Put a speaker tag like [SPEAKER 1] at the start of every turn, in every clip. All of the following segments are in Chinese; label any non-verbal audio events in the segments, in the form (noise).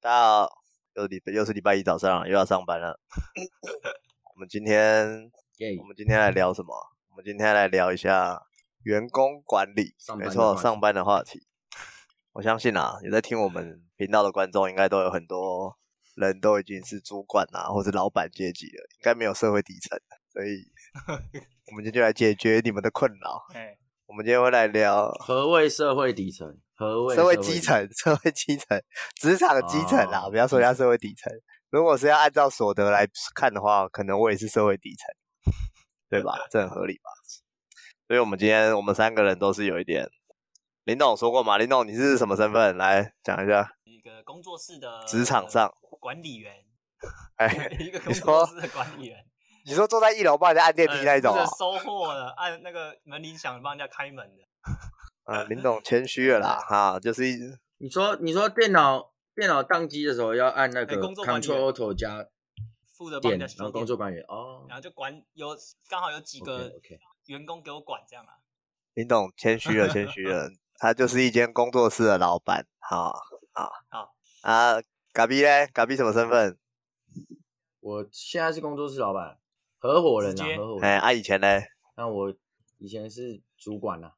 [SPEAKER 1] 大家好，又礼又是礼拜一早上又要上班
[SPEAKER 2] (laughs)
[SPEAKER 1] 了。我们今天
[SPEAKER 2] 耶、
[SPEAKER 1] 我们今天来聊什么？我们今天来聊一下员工管理，
[SPEAKER 2] 上班
[SPEAKER 1] 没
[SPEAKER 2] 的
[SPEAKER 1] 错，
[SPEAKER 2] 话题
[SPEAKER 1] 上班的话题。我相信啊，有在听我们频道的观众，应该都有很多人都已经是主管啊，或是老板阶级了，应该没有社会底层，所
[SPEAKER 2] (laughs)
[SPEAKER 1] 以我们今天就来解决你们的困扰。
[SPEAKER 3] 哎，
[SPEAKER 1] 我们今天会来聊
[SPEAKER 2] 何谓社会底层？何谓
[SPEAKER 1] 社会
[SPEAKER 2] 底
[SPEAKER 1] 基？层，社会基层，职场的基层啦，
[SPEAKER 2] 哦
[SPEAKER 1] 不要说人家社会底层。如果是要按照所得来看的话，可能我也是社会底层，对吧？这很合理吧？所以，我们今天我们三个人都是有一点。林董说过嘛，林董你是什么身份？来讲一下。
[SPEAKER 3] 一个工作室的
[SPEAKER 1] 职场上
[SPEAKER 3] 管
[SPEAKER 1] (laughs)
[SPEAKER 3] 理员， (laughs)
[SPEAKER 1] 哎，
[SPEAKER 3] 一个
[SPEAKER 1] 你
[SPEAKER 3] 工
[SPEAKER 1] 说
[SPEAKER 3] 作室的管理员，
[SPEAKER 1] 你说坐在一楼帮人家按电梯那一种
[SPEAKER 3] 呃
[SPEAKER 1] 哦
[SPEAKER 3] 不是？收货的，按那个门铃响帮人家开门的，
[SPEAKER 1] 嗯，林董谦虚了啦，哈，就是一
[SPEAKER 2] 你说你说电脑电脑宕机的时候要按那个
[SPEAKER 3] 哎工作管理员
[SPEAKER 2] Control Alt 加
[SPEAKER 3] 负责帮
[SPEAKER 2] 电，
[SPEAKER 3] 人家
[SPEAKER 2] 然
[SPEAKER 3] 修
[SPEAKER 2] 后
[SPEAKER 3] 电
[SPEAKER 2] 工作管理员哦
[SPEAKER 3] 然。后就管有刚好有几
[SPEAKER 2] OK
[SPEAKER 3] 个
[SPEAKER 2] OK，
[SPEAKER 3] 员工给我管这样啊，
[SPEAKER 1] 林董谦虚了，谦虚了，他就是一间工作室的老板，好，好，
[SPEAKER 3] 好
[SPEAKER 1] 啊，嘎比嘞，嘎比什么身份？
[SPEAKER 2] 我现在是工作室老板，合伙人
[SPEAKER 3] 直
[SPEAKER 2] 啊，
[SPEAKER 3] 接
[SPEAKER 2] 合伙
[SPEAKER 1] 哎，
[SPEAKER 2] 人。
[SPEAKER 1] 啊，以前嘞，
[SPEAKER 2] 那我以前是主管啊，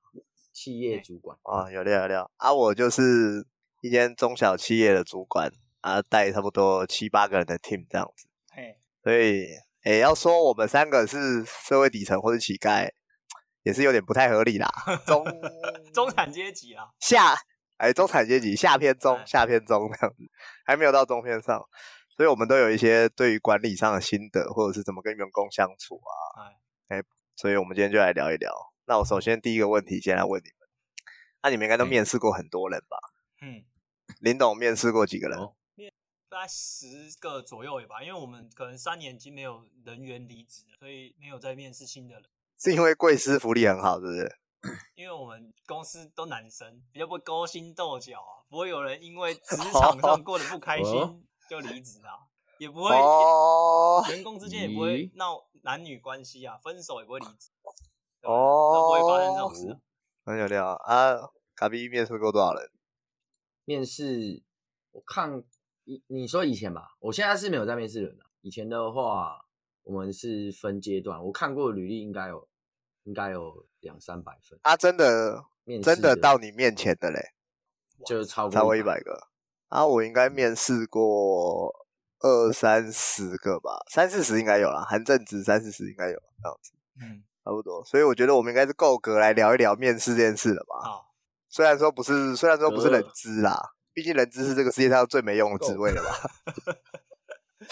[SPEAKER 2] 企业
[SPEAKER 3] 哎
[SPEAKER 2] 主管。
[SPEAKER 3] 嗯
[SPEAKER 1] 哦，有料有料啊，我就是一间中小企业的主管啊，带差不多七八个人的 team 这样子，
[SPEAKER 3] 嘿，
[SPEAKER 1] 所以，哎，要说我们三个是社会底层或是乞丐，也是有点不太合理
[SPEAKER 3] (laughs)
[SPEAKER 1] 啦，中
[SPEAKER 3] 中产阶级啊，
[SPEAKER 1] 下哎中产阶级下偏中
[SPEAKER 3] 哎
[SPEAKER 1] 下偏中这样子，还没有到中偏上，所以我们都有一些对于管理上的心得，或者是怎么跟员工相处啊
[SPEAKER 3] 哎，
[SPEAKER 1] 哎，所以我们今天就来聊一聊。那我首先第一个问题先来问你们，那、你们应该都
[SPEAKER 2] 哎
[SPEAKER 1] 面试过很多人吧？
[SPEAKER 3] 嗯，
[SPEAKER 1] 林董面试过几个人？
[SPEAKER 2] 哦
[SPEAKER 3] 大概十个左右也吧，因为我们可能三年已经没有人员离职了，所以没有再面试新的人。
[SPEAKER 1] 是因为贵司福利很好，是不是？
[SPEAKER 3] 因为我们公司都男生，比较不会勾心斗角啊，不会有人因为
[SPEAKER 2] (laughs)
[SPEAKER 3] 职场上过得不开
[SPEAKER 2] 哦
[SPEAKER 3] 心就离职啊，也不会、
[SPEAKER 1] 哦
[SPEAKER 3] 员工之间也不
[SPEAKER 2] 咦
[SPEAKER 3] 会闹男女关系啊，分手也不会离职，对吧
[SPEAKER 1] 哦
[SPEAKER 3] 都不会发生这种事啊、
[SPEAKER 2] 哦
[SPEAKER 1] 很有料啊！啊卡比面试过多少人？
[SPEAKER 2] 面试，我看你你说以前吧，我现在是没有在面试人了。啊以前的话，我们是分阶段，我看过履历应该有应该有两三百份，
[SPEAKER 1] 啊，真的
[SPEAKER 2] 面试
[SPEAKER 1] 真的到你面前的嘞，
[SPEAKER 2] 就是超过
[SPEAKER 1] 超过一
[SPEAKER 2] 100
[SPEAKER 1] 百个。啊，我应该
[SPEAKER 3] 嗯
[SPEAKER 1] 面试过二三十个吧，三四十应该有啦，含正职三四十应该有这样子，
[SPEAKER 3] 嗯，
[SPEAKER 1] 差不多。所以我觉得我们应该是够格来聊一聊面试这件事了吧？
[SPEAKER 3] 好，
[SPEAKER 1] 虽然说不是，虽然说不是
[SPEAKER 2] 格
[SPEAKER 1] 人资啦，毕竟人资是这个世界上最没用的职位了吧？ (laughs)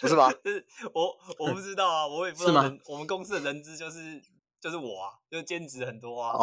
[SPEAKER 1] 不是吗？
[SPEAKER 3] 就是我我不知道啊，我也不知
[SPEAKER 2] 是
[SPEAKER 3] 道
[SPEAKER 2] 吗
[SPEAKER 3] 人我们公司的人资就是就是我啊，就是兼职很多啊，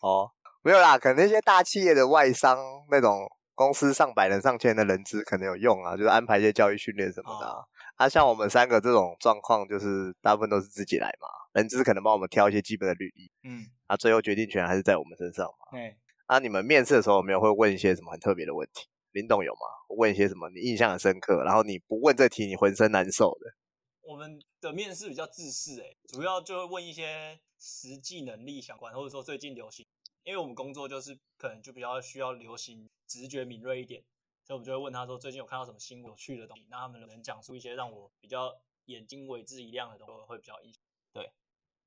[SPEAKER 1] 哦，没有啦，可能那些大企业的外商那种公司上百人、上千人的人资可能有用啊，就是安排一些教育训练什么的啊。啊，像我们三个这种状况，就是大部分都是自己来嘛，人资可能帮我们挑一些基本的履历，
[SPEAKER 3] 嗯，
[SPEAKER 1] 啊，最后决定权还是在我们身上嘛。
[SPEAKER 3] 哎、
[SPEAKER 1] 啊，你们面试的时候有没有会问一些什么很特别的问题？林董有吗？问一些什么你印象很深刻，然后你不问这题你浑身难受的？
[SPEAKER 3] 我们的面试比较自私、欸，主要就会问一些实际能力相关，或者说最近流行，因为我们工作就是可能就比较需要流行直觉敏锐一点，所以我们就会问他说最近有看到什么新有趣的东西，那他们能讲述一些让我比较眼睛为之一亮的东西，会比较印象。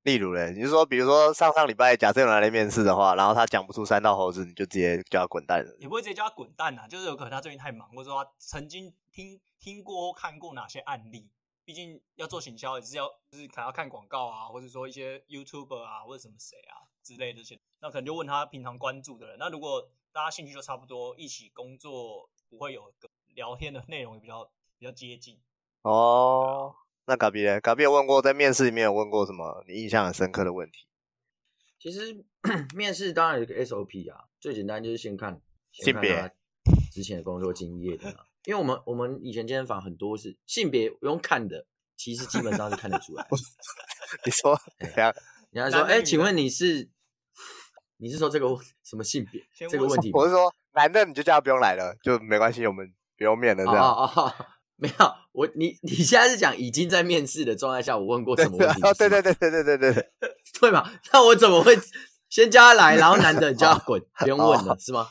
[SPEAKER 1] 例如嘞，你是说，比如说上上礼拜假设有人来面试的话，然后他讲不出三道猴子，你就直接叫他滚蛋了。
[SPEAKER 3] 也不会直接叫他滚蛋啊，就是有可能他最近太忙，或者说他曾经听听过或看过哪些案例。毕竟要做行销，也是要就是可能要看广告啊，或者说一些 YouTuber 啊，或者什么谁啊之类的这些，那可能就问他平常关注的人。那如果大家兴趣就差不多，一起工作不会有个聊天的内容也比较比较接近。
[SPEAKER 1] 哦，那嘎比嘞，嘎比有问过在面试里面有问过什么你印象很深刻的问题？ (laughs)
[SPEAKER 2] 其实 (clears throat) 面试当然有一个 SOP 啊，最简单就是先看
[SPEAKER 1] 性别，
[SPEAKER 2] 先看他之前的工作经验
[SPEAKER 1] (laughs)
[SPEAKER 2] 啊。因为我们我们以前健身房很多是性别不用看的，其实基本上是看得出来。
[SPEAKER 1] 你
[SPEAKER 2] (laughs)
[SPEAKER 1] 说怎样？
[SPEAKER 2] 人家说，
[SPEAKER 3] 男的
[SPEAKER 2] 哎、
[SPEAKER 3] 女的
[SPEAKER 2] 请问你是你是说这个问什么性别
[SPEAKER 3] 先问
[SPEAKER 2] 这个问题吗？
[SPEAKER 1] 我是说男的你就叫他不用来了，就没关系，我们不用面了这 (laughs) 样。
[SPEAKER 2] 哦哦哦，没有，我你你现在是讲已经在面试的状态下，我问过什么问题？
[SPEAKER 1] 哦，对对
[SPEAKER 2] 对
[SPEAKER 1] 对对对对对对，
[SPEAKER 2] 对嘛？那我怎么
[SPEAKER 1] (laughs)
[SPEAKER 2] 会
[SPEAKER 1] 哦
[SPEAKER 2] 先叫他来，然后男的你叫他滚，不用问了是吗？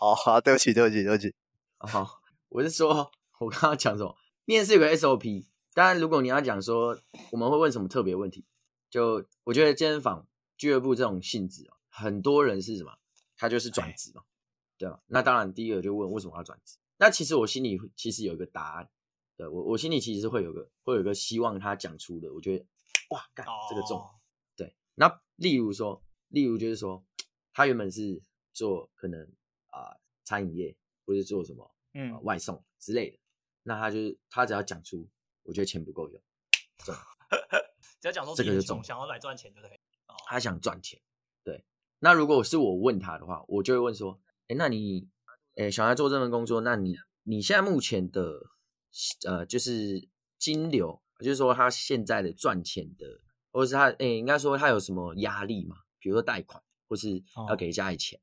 [SPEAKER 1] 哦，好，对不起对不起对不起，
[SPEAKER 2] 哦，我是说，我刚刚讲什么？面试有个 SOP，当然如果你要讲说我们会问什么特别问题，就我觉得健身房俱乐部这种性质啊，很多人是什么？他就是转职嘛，对吧？那当然，第一个就问为什么要转职。那其实我心里其实有一个答案，对我我心里其实会有个会有一个希望他讲出的，我觉得哇，干这个重，
[SPEAKER 3] 哦
[SPEAKER 2] 对，那例如说，例如就是说，他原本是做可能啊、餐饮业，或是做什么、呃
[SPEAKER 3] 嗯，
[SPEAKER 2] 外送之类的，那他就是他只要讲出，我觉得钱不够用，
[SPEAKER 3] 只要讲说
[SPEAKER 2] 这
[SPEAKER 3] 自
[SPEAKER 2] 个
[SPEAKER 3] 己
[SPEAKER 2] 就
[SPEAKER 3] 穷
[SPEAKER 2] 中
[SPEAKER 3] 想要来赚钱就可以。哦，
[SPEAKER 2] 他想赚钱，对。那如果是我问他的话，我就会问说，哎，那你，哎，想要做这份工作，那你你现在目前的，呃，就是金流，就是说他现在的赚钱的，或者是他，哎，应该说他有什么压力嘛？比如说贷款，或是要
[SPEAKER 3] 哦
[SPEAKER 2] 给家里钱，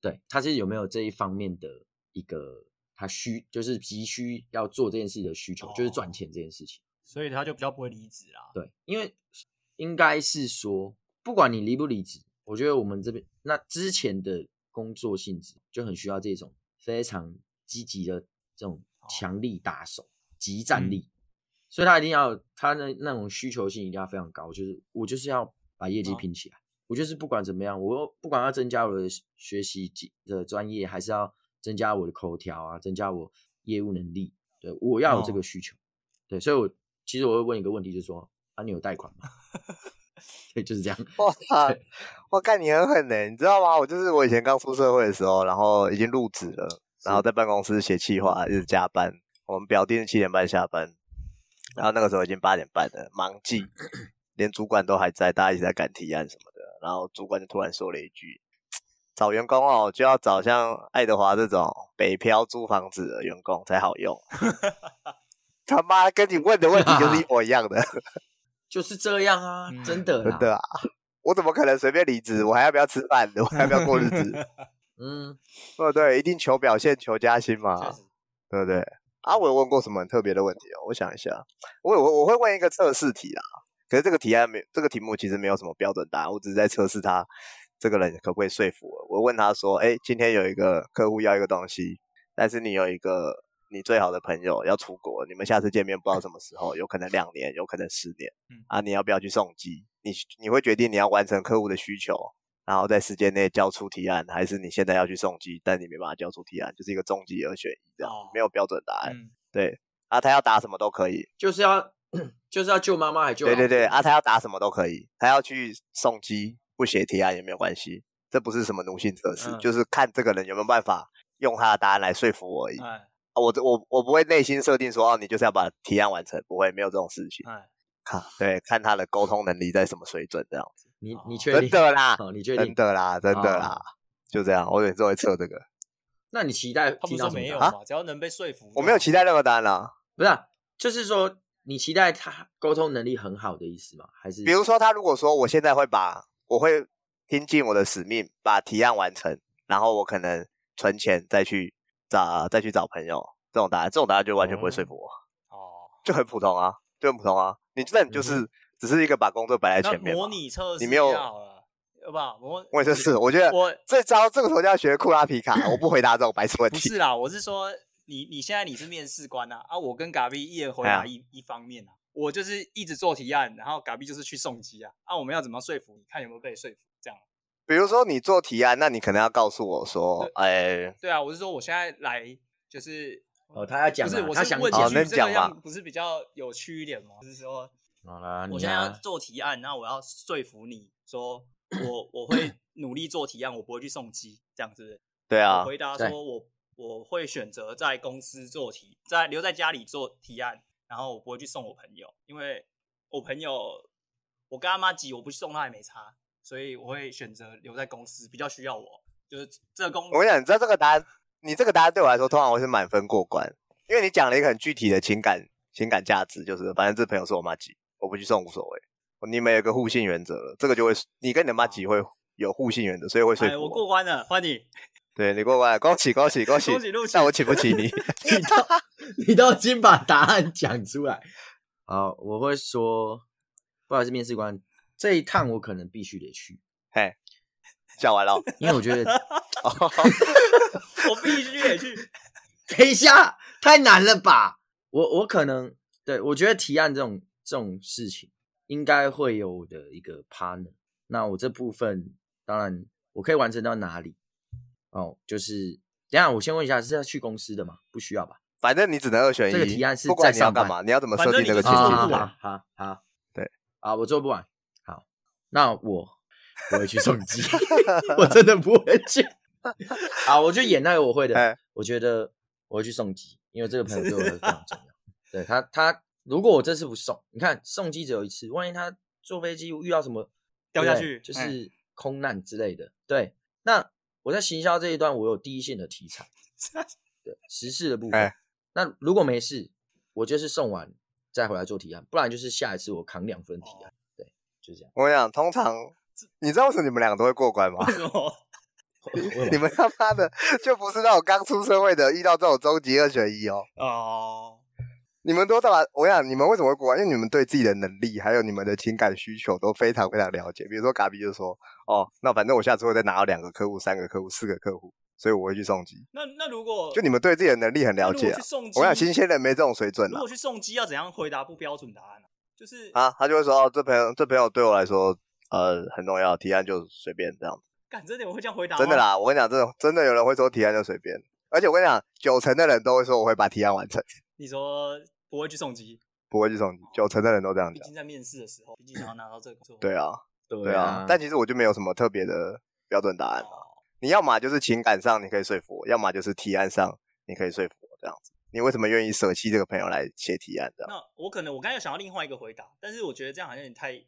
[SPEAKER 2] 对，他是有没有这一方面的一个他需，就是急需要做这件事的需求，就是赚
[SPEAKER 3] 哦
[SPEAKER 2] 钱这件事情。
[SPEAKER 3] 所以他就比较不会离职啊啦。
[SPEAKER 2] 对，啊因为应该是说，不管你离不离职，我觉得我们这边那之前的工作性质就很需要这种非常积极的这种
[SPEAKER 3] 哦
[SPEAKER 2] 强力打手、集
[SPEAKER 3] 嗯
[SPEAKER 2] 战力，所以他一定要他的那种需求性一定要非常高，就是我就是要把业绩
[SPEAKER 3] 哦
[SPEAKER 2] 拼起来，我就是不管怎么样，我又不管要增加我的学习技的专业，还是要增加我的口条啊，增加我业务能力，对我要有这
[SPEAKER 3] 哦
[SPEAKER 2] 个需求。对，所以我其实我会问一个问题，就是说啊，你有贷款吗？ (laughs) 对，就是这样。 (laughs)
[SPEAKER 1] (laughs) 我操！我干你很狠呢、欸你知道吗？我就是我以前刚出社会的时候，然后已经入职了，然后在办公室写企划，一直加班。我们表定是七点半下班，然后那个时候已经八点半了，忙季，连主管都还在，大家一直在赶提案什么的。然后主管就突然说了一句：“找员工哦，就要找像爱德华这种北漂租房子的员工才好用。”他妈跟你问的问题就是一模一样的。
[SPEAKER 2] 就是这样啊，
[SPEAKER 3] 嗯
[SPEAKER 2] 真的啦
[SPEAKER 1] 真，的啊，我怎么可能随便离职？我还要不要吃饭？我还要不要过日子？
[SPEAKER 2] (laughs) 嗯，
[SPEAKER 1] 对不对？一定求表现、求加薪
[SPEAKER 3] 确
[SPEAKER 1] 嘛，
[SPEAKER 3] 实，
[SPEAKER 1] 对不对？啊，我有问过什么很特别的问题哦？我想一下，我我我会问一个测试题啦。可是这个提案没，这个题目其实没有什么标准答案，我只是在测试他这个人可不可以说服我。我问他说：“哎，今天有一个客户要一个东西，但是你有一个你最好的朋友要出国，你们下次见面不知道什么时候，有可能两年，有可能十年
[SPEAKER 3] 嗯，
[SPEAKER 1] 啊，你要不要去送机？你你会决定你要完成客户的需求，然后在时间内交出提案，还是你现在要去送机，但你没办法交出提案，就是一个终极二选一这样，
[SPEAKER 3] 哦
[SPEAKER 1] 没有标准答案。
[SPEAKER 3] 嗯，
[SPEAKER 1] 对啊，他要答什么都可以，
[SPEAKER 2] 就是要 (clears throat) 就是要救妈妈还救
[SPEAKER 1] 对
[SPEAKER 2] 老
[SPEAKER 1] 对对，
[SPEAKER 2] 婆
[SPEAKER 1] 啊，他要打什么都可以，他要去送机不写提案也没有关系，这不是什么奴性测试，
[SPEAKER 3] 嗯
[SPEAKER 1] 就是看这个人有没有办法用他的答案来说服我而已。
[SPEAKER 2] 嗯
[SPEAKER 1] 啊、
[SPEAKER 3] 哎
[SPEAKER 1] 我这我我不会内心设定说哦，你就是要把提案完成，不会没有这种事情。
[SPEAKER 2] 嗯
[SPEAKER 3] 哎，
[SPEAKER 1] 看对，看他的沟通能力在什么水准这样子，
[SPEAKER 2] 你
[SPEAKER 3] 哦
[SPEAKER 2] 你确
[SPEAKER 1] 真
[SPEAKER 2] 定？
[SPEAKER 1] 的啦，
[SPEAKER 2] 哦，你确
[SPEAKER 1] 真
[SPEAKER 2] 定？
[SPEAKER 1] 的啦，真的啦
[SPEAKER 2] 哦，
[SPEAKER 1] 就这样。我有时候会测这个，
[SPEAKER 2] 那你期待
[SPEAKER 3] 他不
[SPEAKER 2] 听
[SPEAKER 3] 是
[SPEAKER 2] 到
[SPEAKER 3] 说
[SPEAKER 2] 什么
[SPEAKER 3] 没
[SPEAKER 2] 答
[SPEAKER 3] 有
[SPEAKER 2] 案？
[SPEAKER 1] 啊
[SPEAKER 3] 嘛，只要能被说服，
[SPEAKER 1] 我没有期待任何答案啦。
[SPEAKER 2] 不是啊、就是说你期待他沟通能力很好的意思吗？还是
[SPEAKER 1] 比如说，他如果说我现在会把我会拼尽我的使命把提案完成，然后我可能存钱再去找再去找朋友，这种答案，这种答案就完全不会说服我，
[SPEAKER 3] 哦。
[SPEAKER 1] 就很普通啊，就很普通啊。你这你就是、只是一个把工作摆在
[SPEAKER 3] 嗯那
[SPEAKER 1] 前面嘛。
[SPEAKER 3] 模拟测试
[SPEAKER 1] 你没有
[SPEAKER 3] 就好了，对吧？模
[SPEAKER 1] 我也是，我觉得
[SPEAKER 3] 我
[SPEAKER 1] 这招这个时候就要学库拉皮卡，我不回答这种白痴问
[SPEAKER 3] 不
[SPEAKER 1] 题。
[SPEAKER 3] 是啦，我是说你你现在你是面试官啊，啊，我跟嘎比一人回
[SPEAKER 1] 哎呀
[SPEAKER 3] 答一、一方面啊，我就是一直做提案，然后嘎比就是去送机啊，啊，我们要怎么说服你，看有没有被说服这样。
[SPEAKER 1] 比如说你做提案，那你可能要告诉我说，哎，
[SPEAKER 3] 对啊，我是说我现在来就是
[SPEAKER 2] 哦，他要讲
[SPEAKER 3] 不
[SPEAKER 2] 啊，
[SPEAKER 3] 是我
[SPEAKER 2] 他
[SPEAKER 3] 是
[SPEAKER 2] 想
[SPEAKER 3] 问
[SPEAKER 1] 哦
[SPEAKER 3] 你
[SPEAKER 1] 那
[SPEAKER 3] 去
[SPEAKER 1] 你
[SPEAKER 3] 这
[SPEAKER 1] 讲
[SPEAKER 3] 个
[SPEAKER 1] 吧
[SPEAKER 3] 样不是比较有趣一点吗？就是说
[SPEAKER 2] 好啦，
[SPEAKER 3] 我
[SPEAKER 2] 你
[SPEAKER 3] 现在要
[SPEAKER 2] 啊
[SPEAKER 3] 做提案，然后我要说服你说我我
[SPEAKER 2] (coughs)
[SPEAKER 3] 会努力做提案，我不会去送机，这样是不是？
[SPEAKER 1] 对
[SPEAKER 3] 我
[SPEAKER 1] 啊，
[SPEAKER 3] 回答
[SPEAKER 2] 对
[SPEAKER 3] 说我我会选择在公司做题，在留在家里做提案，然后我不会去送我朋友，因为我朋友我跟他妈急，我不去送他也没差，所以我会选择留在公司，比较需要我，就是这个公
[SPEAKER 1] 我跟你讲，你知道这个答案，你这个答案对我来说通常我是满分过关，因为你讲了一个很具体的情感情感价值，就是反正这朋友是我妈鸡，我不去送无所谓。你们有个互信原则了，这个就会你跟你的妈鸡会有互信原则，所以会说
[SPEAKER 3] 哦哎，
[SPEAKER 1] 服
[SPEAKER 3] 我
[SPEAKER 1] 我。
[SPEAKER 3] 过关了，换
[SPEAKER 1] (laughs)
[SPEAKER 3] 你，
[SPEAKER 1] 对你过关了，恭喜恭喜恭喜！
[SPEAKER 3] 恭喜录取
[SPEAKER 1] 但我请不起你。
[SPEAKER 2] 你都 (laughs) 你都已经把答案讲出来。好，我会说，不好意思，面试官，这一趟我可能必须得去，
[SPEAKER 1] (laughs) 讲完了，
[SPEAKER 3] (laughs)
[SPEAKER 2] 因为我觉得
[SPEAKER 1] 哦 (laughs)
[SPEAKER 3] 我必须得去，
[SPEAKER 2] (laughs) 等一下，太难了吧？我我可能对我觉得提案这种这种事情，应该会有我的一个 partner。那我这部分当然我可以完成到哪里？哦，就是等一下我先问一下，是要去公司的吗？不需要吧？
[SPEAKER 1] 反正你只能二选一。
[SPEAKER 2] 这个提案是
[SPEAKER 1] 不管
[SPEAKER 2] 在
[SPEAKER 1] 你要
[SPEAKER 2] 上班啊
[SPEAKER 1] 干嘛，你要怎么设定这个
[SPEAKER 3] 反
[SPEAKER 1] 情
[SPEAKER 3] 正你就是
[SPEAKER 1] 境
[SPEAKER 3] 做不？完
[SPEAKER 2] 好好好，
[SPEAKER 1] 对
[SPEAKER 2] 啊，我做不完。好，那我不会去送机， (laughs) 我真的不会去。好，我就演那个我会的
[SPEAKER 1] 哎，
[SPEAKER 2] 我觉得我会去送机，因为这个朋友对我来说非常
[SPEAKER 3] (laughs)
[SPEAKER 2] 重要。对他，他如果我这次不送，你看送机只有一次，万一他坐飞机遇到什么
[SPEAKER 3] 掉下
[SPEAKER 2] 对
[SPEAKER 3] 去，
[SPEAKER 2] 就
[SPEAKER 3] 哎
[SPEAKER 2] 是空难之类的。对，那我在行销这一段，我有第一线的题
[SPEAKER 3] (laughs)
[SPEAKER 2] 材。对时事的部分。
[SPEAKER 1] 哎
[SPEAKER 2] 那如果没事，我就是送完再回来做提案，不然就是下一次我扛两份提
[SPEAKER 3] 哦
[SPEAKER 2] 案。对，就是这
[SPEAKER 3] (laughs)
[SPEAKER 2] 样。
[SPEAKER 1] 我跟你讲，通常你知道为什么你们两个都会过关吗
[SPEAKER 3] 为？什么？
[SPEAKER 2] 为
[SPEAKER 1] (laughs) 你
[SPEAKER 3] (laughs)
[SPEAKER 2] 什么
[SPEAKER 1] 们他妈的就不是那种刚出社会的遇到这种终极二选一哦。
[SPEAKER 3] 哦，
[SPEAKER 1] 你们都在把我跟你讲，你们为什么会过关？因为你们对自己的能力还有你们的情感需求都非常非常了解。比如说嘎比就说：“哦，那反正我下次会再拿到两个客户、三个客户、四个客户，所以我会去送机。
[SPEAKER 3] 那那如果”
[SPEAKER 1] 就你们对自己的能力很
[SPEAKER 3] 那
[SPEAKER 1] 了
[SPEAKER 3] 如
[SPEAKER 1] 解、
[SPEAKER 3] 果
[SPEAKER 1] 啊
[SPEAKER 3] 去。送机，
[SPEAKER 1] 我跟你讲，新鲜人没这种水准
[SPEAKER 3] 如
[SPEAKER 1] 啦
[SPEAKER 3] 果。去送机要怎样回答不标准答案呢、就是
[SPEAKER 1] 啊，他就会说：“哦，这朋友，这朋友对我来说，呃，很重要，提案就随便这样。”
[SPEAKER 3] 干，真的我会这样回答吗？
[SPEAKER 1] 真的啦，我跟你讲，真的真的有人会说提案就随便，而且我跟你讲，九成的人都会说我会把提案完成，
[SPEAKER 3] 你说不会去送机，
[SPEAKER 1] 不会去送你。九成的人都这样
[SPEAKER 3] 毕
[SPEAKER 1] 讲。
[SPEAKER 3] 竟在面试的时候，毕竟想要拿到这个工作。
[SPEAKER 1] 啊对啊，
[SPEAKER 2] 对
[SPEAKER 1] 对啊，但其实我就没有什么特别的标准答案啊。
[SPEAKER 3] 哦
[SPEAKER 1] 你要么就是情感上你可以说服我，要么就是提案上你可以说服我这样子。你为什么愿意舍弃这个朋友来写提案这样？
[SPEAKER 3] 那我可能我刚才有想到另外一个回答，但是我觉得这样好像有点太，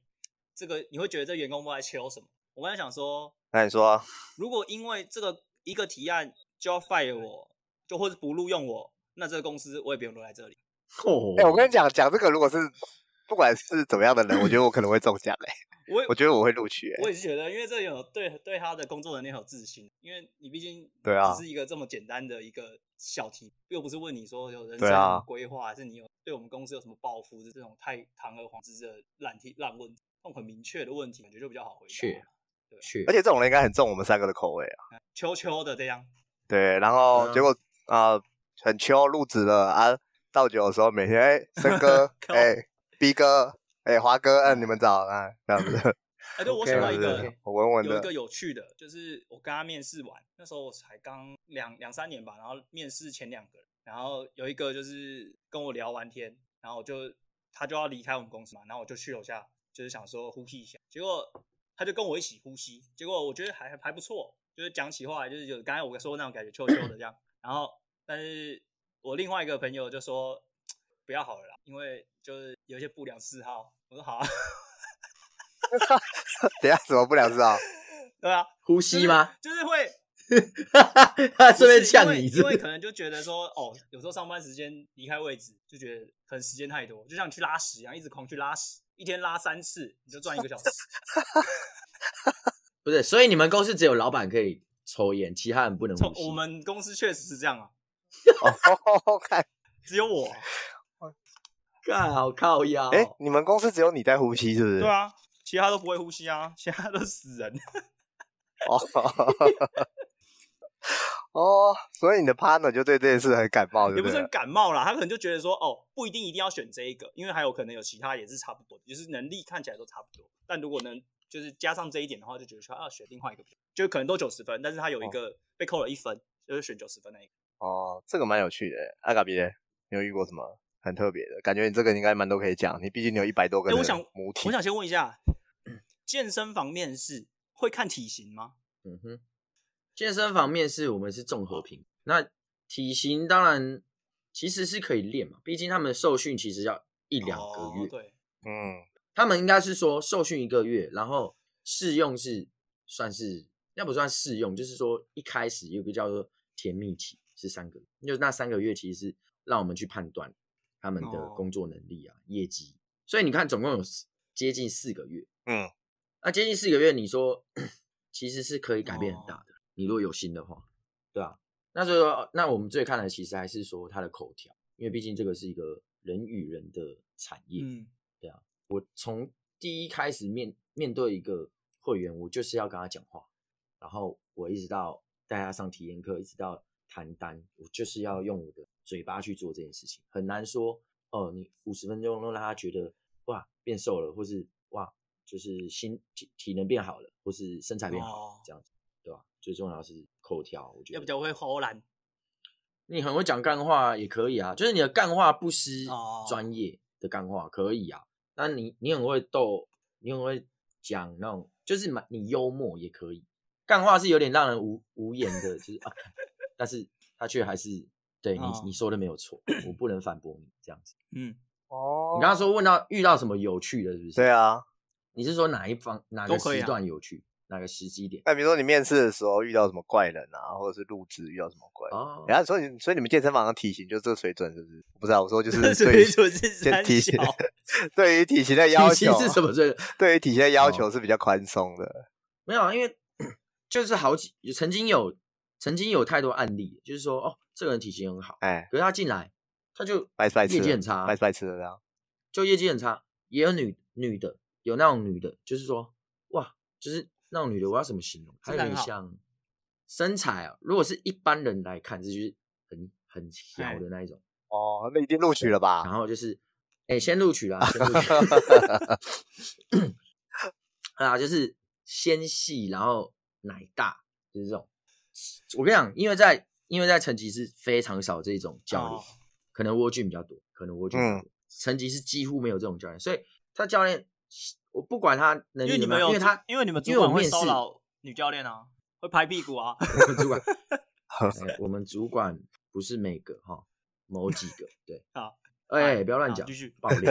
[SPEAKER 3] 这个你会觉得这员工不知道在求什么。我刚才想说，
[SPEAKER 1] 那你说啊、
[SPEAKER 3] 如果因为这个一个提案就要 fire 我，就或是不录用我，那这个公司我也不用留在这里。
[SPEAKER 2] 哦
[SPEAKER 1] 哎、我跟你讲，讲这个如果是不管是怎么样的人，我觉得我可能会中奖 (laughs) 哎、
[SPEAKER 3] 我也
[SPEAKER 1] 我觉得我会录取哎、
[SPEAKER 3] 我也是觉得，因为这有对对他的工作能力很有自信，因为你毕竟
[SPEAKER 1] 对啊
[SPEAKER 3] 只是一个这么简单的一个小题，又不是问你说有人
[SPEAKER 1] 对啊
[SPEAKER 3] 生规划，还是你有对我们公司有什么抱负，这种太堂而皇之的烂题烂问，那种很明确的问题，感觉就比较好回
[SPEAKER 2] 是
[SPEAKER 3] 答。
[SPEAKER 2] 去
[SPEAKER 1] 而且这种人应该很重我们三个的口味啊。
[SPEAKER 3] 秋秋的这样，
[SPEAKER 1] 对，然后
[SPEAKER 2] 嗯
[SPEAKER 1] 结果啊、呃很秋入职了啊，倒酒的时候每天哎，森哥
[SPEAKER 3] (laughs) 靠
[SPEAKER 1] 哎逼哥哎华哥，嗯，你们找啊，这样
[SPEAKER 3] (laughs)
[SPEAKER 1] 子，
[SPEAKER 3] 哎，对我
[SPEAKER 2] OK，
[SPEAKER 3] 想到
[SPEAKER 1] 对
[SPEAKER 3] 一
[SPEAKER 1] 对
[SPEAKER 3] 个
[SPEAKER 2] OK
[SPEAKER 1] 对，我稳稳
[SPEAKER 3] 有一个
[SPEAKER 1] 的，
[SPEAKER 3] 有趣的，就是我跟他面试完，那时候我才刚两两三年吧，然后面试前两个人，然后有一个就是跟我聊完天，然后我就他就要离开我们公司嘛，然后我就去楼下，就是想说呼吸一下，结果他就跟我一起呼吸，结果我觉得还还不错，就是讲起话来就是有刚才我说那种感觉秋秋的这样，然后但是我另外一个朋友就说不要好了啦，因为就是有一些不良嗜好，我说好啊， (laughs)
[SPEAKER 1] 等一下什么不良嗜好？
[SPEAKER 3] 对啊，
[SPEAKER 2] 呼
[SPEAKER 3] 就
[SPEAKER 2] 吸
[SPEAKER 3] 是
[SPEAKER 2] 吗？？ (laughs)
[SPEAKER 3] 就是会。
[SPEAKER 2] 他 (laughs) 顺便
[SPEAKER 3] 不是
[SPEAKER 2] 呛
[SPEAKER 3] 因为
[SPEAKER 2] 你
[SPEAKER 3] 因为
[SPEAKER 2] 是
[SPEAKER 3] 可能就觉得说，哦，有时候上班时间离开位置，就觉得可能时间太多，就像你去拉屎一样，一直狂去拉屎，一天拉三次，你就赚一个小
[SPEAKER 2] (laughs)
[SPEAKER 3] 时。
[SPEAKER 2] 不是？所以你们公司只有老板可以抽烟，其他人不能
[SPEAKER 3] 从
[SPEAKER 2] 呼吸。
[SPEAKER 3] 我们公司确实是这样啊，
[SPEAKER 1] 哦， (laughs) 看，
[SPEAKER 3] 只有我，啊
[SPEAKER 2] 干好靠腰，
[SPEAKER 1] 哎，你们公司只有你在呼吸是不是？
[SPEAKER 3] 对啊，其他都不会呼吸啊，其他都是死人。
[SPEAKER 1] 哦。 (laughs) 哦，所以你的 partner 就对这件事很感冒，对
[SPEAKER 3] 也不
[SPEAKER 1] 对
[SPEAKER 2] 啊
[SPEAKER 3] 是很
[SPEAKER 1] 了？
[SPEAKER 3] 感冒啦，他可能就觉得说，哦，不一定一定要选这一个，因为还有可能有其他也是差不多的，就是能力看起来都差不多。但如果能就是加上这一点的话，就觉得说啊，选另外一个比较，就可能都九十分，但是他有一
[SPEAKER 2] 哦
[SPEAKER 3] 个被扣了一分，就是选九十分那一个。
[SPEAKER 1] 哦，这个蛮有趣的。阿嘎比嘞，你有遇过什么很特别的？感觉你这个应该蛮多可以讲，你毕竟你有一百多个
[SPEAKER 3] 哎
[SPEAKER 1] 的
[SPEAKER 3] 我想
[SPEAKER 1] 母体
[SPEAKER 3] 我。想先问一下，健身房面试会看体型吗？
[SPEAKER 2] 嗯哼，健身房面试我们是综合评，那体型当然其实是可以练嘛，毕竟他们受训其实要一
[SPEAKER 3] 一
[SPEAKER 2] 两个月。
[SPEAKER 3] 哦对，
[SPEAKER 1] 嗯，
[SPEAKER 2] 他们应该是说受训一个月，然后试用是算是要不算试用，就是说一开始有个叫做甜蜜期是三个月，就那三个月其实是让我们去判断他们的
[SPEAKER 3] 哦
[SPEAKER 2] 工作能力啊、业绩。所以你看，总共有四接近四个月，
[SPEAKER 1] 嗯，
[SPEAKER 2] 那接近四个月，你说 (clears throat) 其实是可以改变很大
[SPEAKER 3] 哦
[SPEAKER 2] 的，你如果有心的话，对啊。那所以说，那我们最看的其实还是说他的口条，因为毕竟这个是一个人与人的产业，
[SPEAKER 3] 嗯，
[SPEAKER 2] 从第一开始面面对一个会员，我就是要跟他讲话，然后我一直到带他上体验课，一直到谈单，我就是要用我的嘴巴去做这件事情，很难说哦，你五十分钟都让他觉得哇变瘦了，或是哇就是心体体能变好了，或是身材变好了、
[SPEAKER 3] 哦
[SPEAKER 2] 这样子，对吧、最重要是口条，我觉
[SPEAKER 3] 要
[SPEAKER 2] 得
[SPEAKER 3] 不就会偷懒
[SPEAKER 2] 你很会讲干话也可以啊，就是你的干话不失
[SPEAKER 3] 哦
[SPEAKER 2] 专业的干话可以啊。那你你很会逗，你很会讲那种，就是蛮你幽默也可以。干话是有点让人无无言的，就是啊， (laughs) 但是他却还是对你、
[SPEAKER 3] 哦
[SPEAKER 2] 你说的没有
[SPEAKER 3] (clears throat)
[SPEAKER 2] 错，我不能反驳你这样子。
[SPEAKER 3] 嗯，
[SPEAKER 1] 哦
[SPEAKER 2] 你刚刚说问到遇到什么有趣的，是不是？
[SPEAKER 1] 对，啊，
[SPEAKER 2] 你是说哪一方哪个
[SPEAKER 3] 都可以
[SPEAKER 2] 时
[SPEAKER 3] 啊
[SPEAKER 2] 段有趣，哪个时机点？
[SPEAKER 1] 那比如说你面试的时候遇到什么怪人啊，或者是入职遇到什么怪人，
[SPEAKER 2] 哦，
[SPEAKER 1] 然后所以你所以你们健身房的体型就这个水准是不是？我不知道，我说就
[SPEAKER 2] 嗯
[SPEAKER 3] (laughs)
[SPEAKER 1] 是对于
[SPEAKER 3] 水准是三
[SPEAKER 1] 体
[SPEAKER 3] 小
[SPEAKER 1] 型对于体型的要
[SPEAKER 2] 体型
[SPEAKER 1] 求
[SPEAKER 2] 是什么？哦这
[SPEAKER 1] 对于体型的要求是比较宽松的。
[SPEAKER 2] 没有，啊，因为 (clears throat) 就是好几曾经有曾经有太多案例，就是说哦，这个人体型很好，
[SPEAKER 1] 哎，
[SPEAKER 2] 可是他进来他就
[SPEAKER 1] 白吃白吃
[SPEAKER 2] 业绩很
[SPEAKER 1] 的，
[SPEAKER 2] 差
[SPEAKER 1] 白，吃白吃的这样。
[SPEAKER 2] 就业绩很差。也有女女的，有那种女的，就是说哇，就是那种女的，我要怎么形容？她有
[SPEAKER 3] 身材
[SPEAKER 2] 点
[SPEAKER 3] 很好
[SPEAKER 2] 像身材啊，如果是一般人来看，这就是很很小
[SPEAKER 3] 哎
[SPEAKER 2] 的那一种。
[SPEAKER 1] 哦，那一定录取了吧
[SPEAKER 2] 然？后就是，哎、先录取啦，先录取。啊，就是纤细，然后奶大，就是这种。我跟你讲，因为在因为在成吉是非常少这种教练，
[SPEAKER 3] 哦
[SPEAKER 2] 可能蜗居比较多，可能蜗居比较
[SPEAKER 1] 嗯
[SPEAKER 2] 多。成吉是几乎没有这种教练，所以他教练，我不管他能
[SPEAKER 3] 哦因
[SPEAKER 2] 力
[SPEAKER 3] 为你
[SPEAKER 2] 怎么
[SPEAKER 3] 们有
[SPEAKER 2] 样，因为
[SPEAKER 3] 主，(laughs)
[SPEAKER 2] 他
[SPEAKER 3] 因为你们
[SPEAKER 2] 因
[SPEAKER 3] 主
[SPEAKER 2] 为我
[SPEAKER 3] 管会
[SPEAKER 2] 面
[SPEAKER 3] 骚
[SPEAKER 2] 试
[SPEAKER 3] 扰女教练啊，会拍屁股啊，
[SPEAKER 2] 我们主管哎我们主管不是每个哈，某几个对。
[SPEAKER 3] (laughs) 好，
[SPEAKER 2] 哎、
[SPEAKER 3] 哎
[SPEAKER 2] 不要乱
[SPEAKER 3] 好
[SPEAKER 2] 讲
[SPEAKER 3] 继续， (laughs)
[SPEAKER 2] 爆料。 (laughs)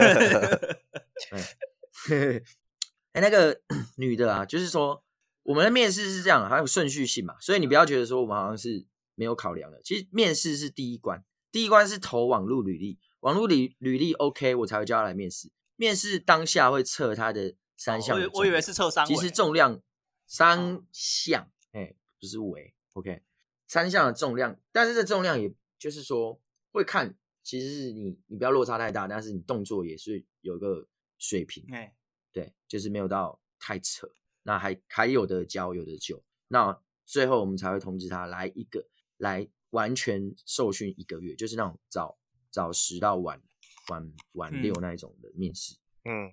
[SPEAKER 2] 哎、那个 (clears throat) 女的啊，就是说我们的面试是这样，啊还有顺序性嘛，所以你不要觉得说我们好像是没有考量的。其实面试是第一关，第一关是投网络履历，网络履履历 OK，我才会叫他来面试。面试当下会测他的三项
[SPEAKER 3] 我
[SPEAKER 2] 的
[SPEAKER 3] 以
[SPEAKER 2] 重量、
[SPEAKER 3] 哦我以为是测三哦围，
[SPEAKER 2] 其实重量三项，哎、不是围，OK，三项的重量，但是这重量也就是说会看，其实是你你不要落差太大，但是你动作也是有一个水平，
[SPEAKER 3] 哎，
[SPEAKER 2] 对，就是没有到太扯，那还还有的教，有的救，那最后我们才会通知他来一个来完全受训一个月，就是那种早早十到晚晚晚六
[SPEAKER 3] 嗯
[SPEAKER 2] 那一种的面试。
[SPEAKER 1] (laughs) 嗯，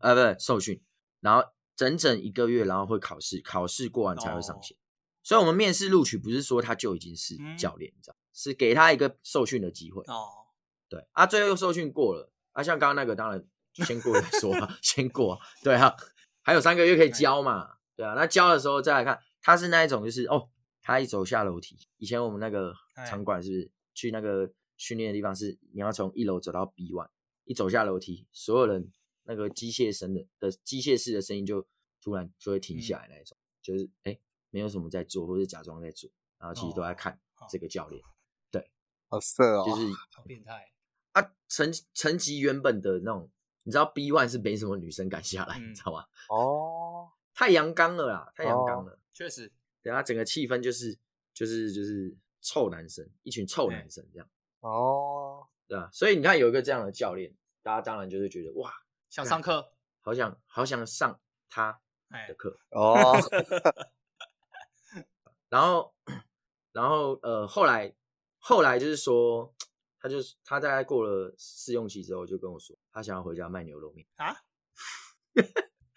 [SPEAKER 2] 呃，不是受训，然后整整一个月，然后会考试，考试过完才会上
[SPEAKER 3] 哦
[SPEAKER 2] 线。所以，我们面试录取不是说他就已经是
[SPEAKER 3] 嗯
[SPEAKER 2] 教练，你知道，是给他一个受训的机会。
[SPEAKER 3] 哦，
[SPEAKER 2] 对啊，最后受训过了啊，像刚刚那个，当然先过再说啊， (laughs) 先过啊，对啊，还有三个月可以教嘛，对啊，那教的时候再来看，他是那一种就是哦，他一走下楼梯，以前我们那个
[SPEAKER 3] 哎
[SPEAKER 2] 场馆是不是去那个训练的地方是你要从一楼走到 B one，一走下楼梯，所有人那个机械声的的机械式的声音就突然就会停
[SPEAKER 3] 嗯
[SPEAKER 2] 下来那一种，就是哎、没有什么在做，或者假装在做，然后其实都在
[SPEAKER 3] 哦
[SPEAKER 2] 看
[SPEAKER 3] 好
[SPEAKER 2] 这个教练，
[SPEAKER 1] 好色
[SPEAKER 2] 就
[SPEAKER 1] 哦。
[SPEAKER 2] 是。
[SPEAKER 3] 好变态，
[SPEAKER 2] 啊，成成吉原本的那种，你知道 B one 是没什么女生敢下来，
[SPEAKER 3] 嗯
[SPEAKER 2] 你知道吗？
[SPEAKER 1] 哦，
[SPEAKER 2] 太阳刚了啦，太阳刚了，
[SPEAKER 3] 确实，
[SPEAKER 2] 对啊，整个气氛就是就是就是臭男生，一群臭男生这样， (laughs)
[SPEAKER 1] 哦，
[SPEAKER 2] 对啊，所以你看有一个这样的教练，大家当然就是觉得哇，
[SPEAKER 3] 想
[SPEAKER 2] 哎
[SPEAKER 3] 上课，
[SPEAKER 2] 好想好想上他
[SPEAKER 3] 哎
[SPEAKER 2] 的，课，
[SPEAKER 1] 哦，
[SPEAKER 2] 然后然后呃后来后来就是说，他就是他大概过了试用期之后就跟我说，他想要回家卖牛肉面。
[SPEAKER 3] 啊，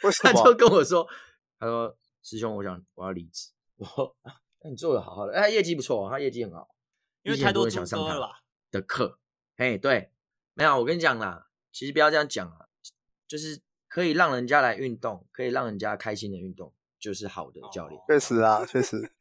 [SPEAKER 1] 为什
[SPEAKER 2] (laughs) 他就
[SPEAKER 1] 么？
[SPEAKER 2] 跟我说，他说师兄，我想我要离职。 (laughs) 我说啊那你做的好好的，哎，业绩不错、哦，他业绩很好
[SPEAKER 3] 因为
[SPEAKER 2] 以前
[SPEAKER 3] 太
[SPEAKER 2] 都
[SPEAKER 3] 多
[SPEAKER 2] 会
[SPEAKER 3] 猪
[SPEAKER 2] 想上
[SPEAKER 3] 哥
[SPEAKER 2] 他
[SPEAKER 3] 了吧？
[SPEAKER 2] 的课。哎，对，没有，我跟你讲啦，其实不要这样讲啊，就是可以让人家来运动，可以让人家开心的运动，就是好的教练。
[SPEAKER 3] 哦
[SPEAKER 1] 确实啊，确实。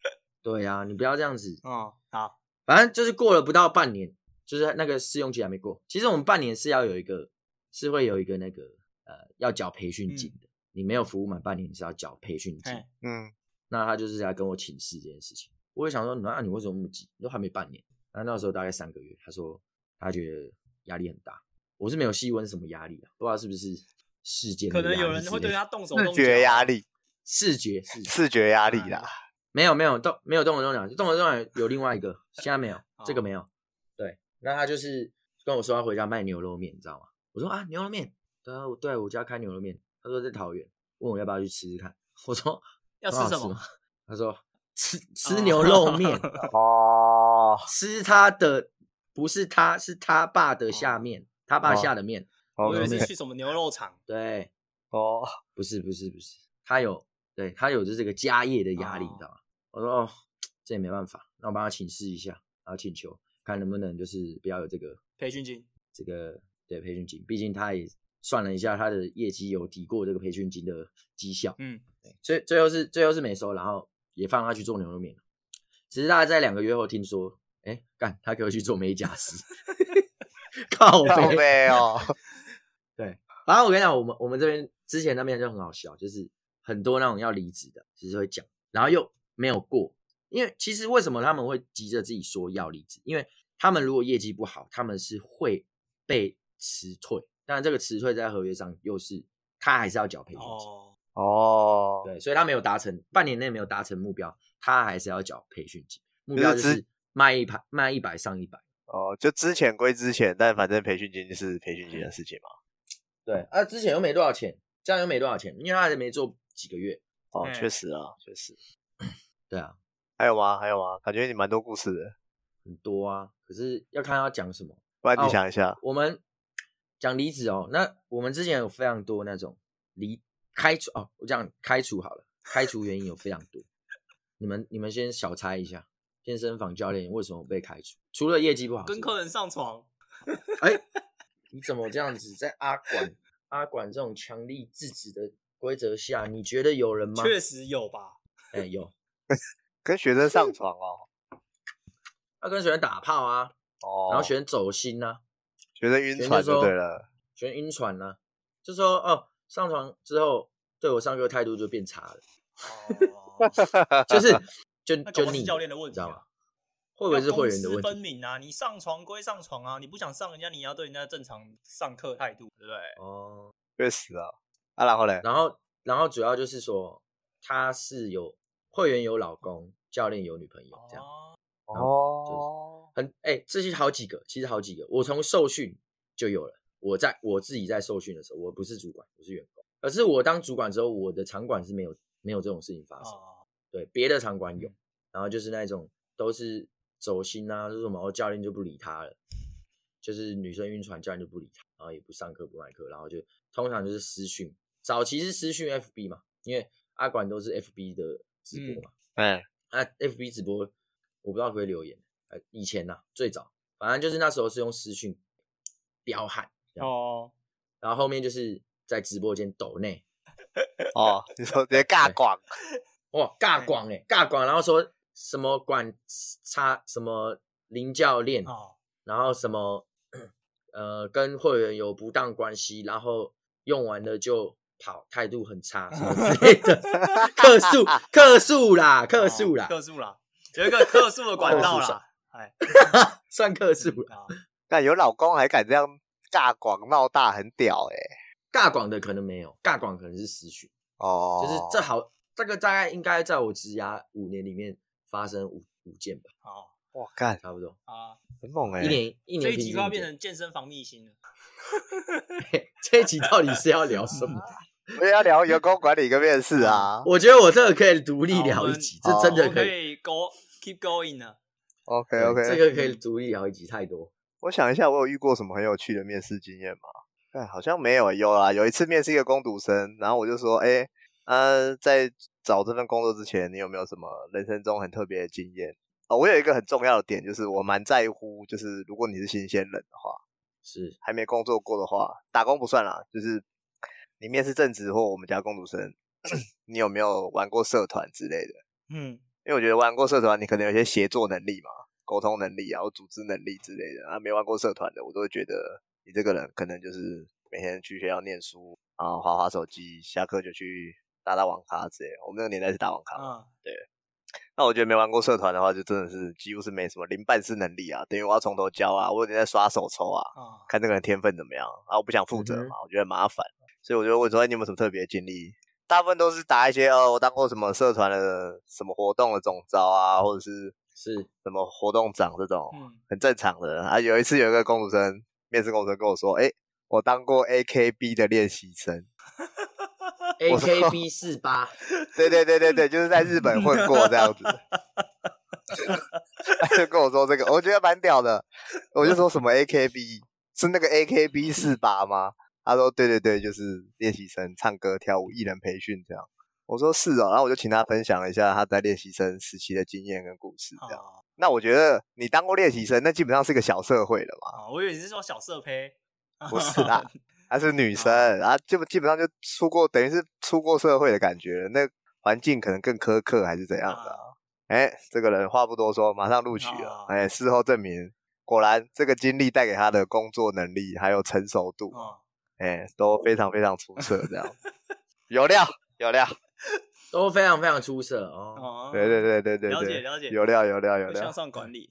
[SPEAKER 2] 对啊，你不要这样子，
[SPEAKER 3] 嗯，好，
[SPEAKER 2] 反正就是过了不到半年，就是那个试用期还没过。其实我们半年是要有一个，是会有一个那个呃要缴培训金的，你没有服务满半年，你是要缴培训金。
[SPEAKER 3] 哎，
[SPEAKER 1] 嗯，
[SPEAKER 2] 那他就是来跟我请示这件事情。我也想说，那你为什么那么急？你都还没半年。那那时候大概三个月，他说他觉得压力很大。我是没有细问是什么压力啊，不知道是不是事件
[SPEAKER 3] 可
[SPEAKER 2] 的
[SPEAKER 3] 能
[SPEAKER 2] 压
[SPEAKER 3] 有
[SPEAKER 2] 力
[SPEAKER 3] 人
[SPEAKER 2] 之
[SPEAKER 3] 会对
[SPEAKER 2] 类的
[SPEAKER 3] 他动手
[SPEAKER 1] 视
[SPEAKER 3] 动脚
[SPEAKER 1] 觉压
[SPEAKER 3] 啊，
[SPEAKER 1] 力，
[SPEAKER 2] 视觉视觉
[SPEAKER 1] 视觉压力啦。
[SPEAKER 2] 没有没有动没有动我动脚，动我动脚有另外一个，现在没
[SPEAKER 3] (laughs)
[SPEAKER 2] 有
[SPEAKER 3] 哦
[SPEAKER 2] 这个没有。对，那他就是跟我说要回家卖牛肉面，你知道吗？我说啊牛肉面，对啊我对我家开牛肉面，他说在桃园，问我要不要去吃吃看。我说
[SPEAKER 3] 要吃
[SPEAKER 2] 很好
[SPEAKER 3] 什
[SPEAKER 2] 吃
[SPEAKER 3] 么
[SPEAKER 2] 吗？他说吃吃
[SPEAKER 3] 哦 (laughs)
[SPEAKER 2] 哎牛肉面。
[SPEAKER 1] 哦，哦
[SPEAKER 2] 吃他的不是他，是他爸
[SPEAKER 3] 哦
[SPEAKER 2] 的下面，他爸
[SPEAKER 1] 哦
[SPEAKER 2] 下的面。
[SPEAKER 1] 哦
[SPEAKER 3] 我以为
[SPEAKER 2] 没
[SPEAKER 3] 是去什么牛肉厂，
[SPEAKER 2] 对，
[SPEAKER 1] 哦，
[SPEAKER 2] 不是不是不是，他有对他有着这个家业的压力，
[SPEAKER 3] 哦
[SPEAKER 2] 你知道吗？我说哦，这也没办法，那我帮他请示一下，然后请求看能不能就是不要有这个
[SPEAKER 3] 培训金。
[SPEAKER 2] 这个对培训金，毕竟他也算了一下他的业绩有抵过这个培训金的绩效，
[SPEAKER 3] 嗯，
[SPEAKER 2] 最最后是最后是没收，然后也放他去做牛肉面了。只是大概在两个月后听说，哎，干他给我去做美甲师， (laughs) 靠
[SPEAKER 1] (laughs) 靠
[SPEAKER 2] 背。
[SPEAKER 1] 背哦，
[SPEAKER 2] 反正我跟你讲，我们我们这边之前那边就很好笑，就是很多那种要离职的，其实会讲，然后又没有过，因为其实为什么他们会急着自己说要离职？因为他们如果业绩不好，他们是会被辞退。当然，这个辞退在合约上又是他还是要缴赔偿金。
[SPEAKER 3] 哦，
[SPEAKER 1] (laughs) 哦，
[SPEAKER 2] 对，所以他没有达成半年内没有达成目标，他还是要缴培训金。目
[SPEAKER 1] 就
[SPEAKER 2] 标就是是
[SPEAKER 1] 之
[SPEAKER 2] 卖一百卖一百上一百。
[SPEAKER 1] 哦，就之前归之前，但反正培训金是培训金的事情嘛。
[SPEAKER 2] 对，啊，之前又没多少钱，这样又没多少钱，因为他还没做几个月。
[SPEAKER 1] 哦，
[SPEAKER 3] 哎
[SPEAKER 1] 确实啊，确实。
[SPEAKER 2] 对啊，
[SPEAKER 1] 还有吗？还有吗？感觉你蛮多故事的，
[SPEAKER 2] 很多啊，可是要看他讲什么。
[SPEAKER 1] 不然
[SPEAKER 2] 哦
[SPEAKER 1] 你想一下，
[SPEAKER 2] 我们讲离职哦，那我们之前有非常多那种离开除哦，我讲开除好了，开除原因有非常多。你们你们先小猜一下，健身房教练为什么被开除？除了业绩不好之外，
[SPEAKER 3] 跟客人上床，
[SPEAKER 2] 哎，你怎么这样子？在阿管阿管这种强力制止的规则下，你觉得有人吗？
[SPEAKER 3] 确实有吧？
[SPEAKER 2] 哎，有，
[SPEAKER 1] 跟学生
[SPEAKER 2] (laughs)
[SPEAKER 1] 上床哦，
[SPEAKER 2] 他跟学生打炮啊，
[SPEAKER 1] 哦，
[SPEAKER 2] 然后学生走心呐、啊
[SPEAKER 1] 学生晕
[SPEAKER 2] 学生
[SPEAKER 1] 船
[SPEAKER 2] 就
[SPEAKER 1] 就
[SPEAKER 2] 说
[SPEAKER 1] 对了， (laughs)
[SPEAKER 2] 学生晕船呐、就说哦，上床之后对我上课态度就变差了，
[SPEAKER 3] 哦， (laughs)
[SPEAKER 2] 就是就
[SPEAKER 3] 那搞
[SPEAKER 2] 就
[SPEAKER 3] 不好
[SPEAKER 2] 腻
[SPEAKER 3] 是
[SPEAKER 2] 了，
[SPEAKER 3] 教练的问
[SPEAKER 2] 你
[SPEAKER 3] 题
[SPEAKER 2] 知
[SPEAKER 3] 啊
[SPEAKER 2] 道吗？会不会是
[SPEAKER 3] 要公
[SPEAKER 2] 会员的
[SPEAKER 3] 私
[SPEAKER 2] 问
[SPEAKER 3] 分
[SPEAKER 2] 题？
[SPEAKER 3] 明啊！你上床归上床啊，你不想上人家，你也要对人家正常上课态度，对不对？
[SPEAKER 2] 哦，
[SPEAKER 1] 确实啊。啊，然后嘞，
[SPEAKER 2] 然后然后主要就是说他是有会员有老公，教练有女朋友这样。
[SPEAKER 3] 哦，
[SPEAKER 1] 哦，
[SPEAKER 2] 很哎、这些好几个，其实好几个，我从受训就有了。我在我自己在受训的时候，我不是主管，我是员工。可是我当主管之后，我的场馆是没有没有这种事情发生。
[SPEAKER 3] 哦
[SPEAKER 2] 对，别的场馆有，然后就是那种都是走心啊，就是什么、哦、教练就不理他了，就是女生晕船，教练就不理他，然后也不上课不买课，然后就通常就是私讯，早期是私讯 FB 嘛，因为阿管都是 FB 的直播嘛。
[SPEAKER 1] 哎，
[SPEAKER 2] 啊，FB 直播我不知道可不可以留言，呃，以前呐、最早，反正就是那时候是用私讯彪悍，这样
[SPEAKER 3] 哦，
[SPEAKER 2] 然后后面就是在直播间抖内，
[SPEAKER 1] 哦，你说 (laughs) 直接尬广，
[SPEAKER 2] 哇，尬广哎，尬广，然后说什么管差什么林教练，
[SPEAKER 3] 哦，
[SPEAKER 2] 然后什么 (clears throat) 呃跟会员有不当关系，然后用完了就跑，态度很
[SPEAKER 3] (laughs)
[SPEAKER 2] 差什么之类的，
[SPEAKER 1] (laughs)
[SPEAKER 2] 客诉客诉啦，客诉啦，
[SPEAKER 3] 哦客诉啦，有一个客诉的管道
[SPEAKER 2] 客诉上
[SPEAKER 3] 啦，哎，
[SPEAKER 2] (laughs) 算客诉啦。
[SPEAKER 3] 啊，
[SPEAKER 1] 但有老公还敢这样尬广闹大，很屌哎。
[SPEAKER 2] 尬广的可能没有，尬广可能是私讯，
[SPEAKER 1] 哦，
[SPEAKER 2] 就是这好，这个大概应该在我职涯五年里面发生五五件吧，
[SPEAKER 3] 好
[SPEAKER 1] 哇，干
[SPEAKER 2] 差不多，
[SPEAKER 3] 啊，
[SPEAKER 1] 很猛哎
[SPEAKER 2] 一，年一
[SPEAKER 3] 这
[SPEAKER 2] 年
[SPEAKER 3] 一
[SPEAKER 2] 平
[SPEAKER 3] 集
[SPEAKER 2] 均
[SPEAKER 3] 快要
[SPEAKER 2] 五
[SPEAKER 3] 变
[SPEAKER 2] 件。
[SPEAKER 3] 成健身房秘辛了，
[SPEAKER 2] (laughs) 这一集到底是要聊什么？
[SPEAKER 1] 我也要聊员工管理跟面试啊。
[SPEAKER 2] 我觉得我这个可以独立
[SPEAKER 3] 好
[SPEAKER 2] 聊
[SPEAKER 3] 我
[SPEAKER 2] 一
[SPEAKER 3] 们
[SPEAKER 2] 集，
[SPEAKER 1] 好
[SPEAKER 2] 这 (laughs) 真
[SPEAKER 3] 我
[SPEAKER 2] 的
[SPEAKER 3] 们可
[SPEAKER 2] 以。
[SPEAKER 3] 以 go keep going 了。
[SPEAKER 1] OK
[SPEAKER 2] 对
[SPEAKER 1] OK，
[SPEAKER 2] 这个可以独立聊一集，太多。
[SPEAKER 1] 我想一下，我有遇过什么很有趣的面试经验吗？哎，好像没有欸，有啦。有一次面试一个工读生，然后我就说，哎、呃，在找这份工作之前，你有没有什么人生中很特别的经验？哦，我有一个很重要的点，就是我蛮在乎，就是如果你是新鲜人的话，
[SPEAKER 2] 是
[SPEAKER 1] 还没工作过的话，打工不算啦，就是你面试正职或我们家工读生， (coughs) 你有没有玩过社团之类的？
[SPEAKER 3] 嗯，
[SPEAKER 1] 因为我觉得玩过社团，你可能有些协作能力嘛、沟通能力啊、或组织能力之类的。啊，没玩过社团的，我都会觉得你这个人可能就是每天去学校念书，然后划划手机，下课就去打打网咖之类的。我们那个年代是打网咖嘛。
[SPEAKER 3] 嗯，
[SPEAKER 1] 那我觉得没玩过社团的话，就真的是几乎是没什么零办事能力啊，等于我要从头教啊，我有点在刷手抽啊，
[SPEAKER 3] 啊，
[SPEAKER 1] 看这个人天分怎么样。啊，我不想负责
[SPEAKER 2] 嗯
[SPEAKER 1] 嘛，我觉得很麻烦，所以我就问说，哎，你有没有什么特别的经历？大部分都是打一些哦，我当过什么社团的什么活动的总招啊，或者是 (laughs)
[SPEAKER 2] 是，
[SPEAKER 1] 什么活动长这种，
[SPEAKER 3] 嗯，
[SPEAKER 1] 很正常的啊。有一次有一个工读生面试工读生跟我说：“哎、我当过 AKB 的练习生。
[SPEAKER 2] AKB 四八，”
[SPEAKER 1] 对对对对对，就是在日本混过这样子。 (laughs) 他就跟我说这个，我觉得蛮屌的。我就说什么 AKB 是那个 AKB 四八吗？他说对对对，就是练习生唱歌、跳舞、艺人培训这样。我说是哦，然后我就请他分享了一下他在练习生时期的经验跟故事这样。
[SPEAKER 3] 哦
[SPEAKER 1] 那我觉得你当过练习生，那基本上是个小社会了嘛，
[SPEAKER 3] 哦，我以为你是说小色胚，
[SPEAKER 1] (laughs) 不是
[SPEAKER 3] (laughs)
[SPEAKER 1] 啦，她是女生，
[SPEAKER 3] 哦
[SPEAKER 1] 啊，基本基本上就出过，等于是出过社会的感觉了。那环境可能更苛刻还是怎样的啊？哎、这个人话不多说，马上录取了
[SPEAKER 3] 啊。
[SPEAKER 1] 哎、事后证明，果然这个经历带给他的工作能力还有成熟度，
[SPEAKER 3] 哦，
[SPEAKER 1] 哎、都非常非常出色。这样
[SPEAKER 3] (laughs)
[SPEAKER 1] 有料有料，
[SPEAKER 2] 都非常非常出色哦。
[SPEAKER 3] 哦，
[SPEAKER 1] 对对对对对对，
[SPEAKER 3] 了解了解
[SPEAKER 1] 有料有料有
[SPEAKER 3] 有向
[SPEAKER 1] 料。
[SPEAKER 3] 上管理，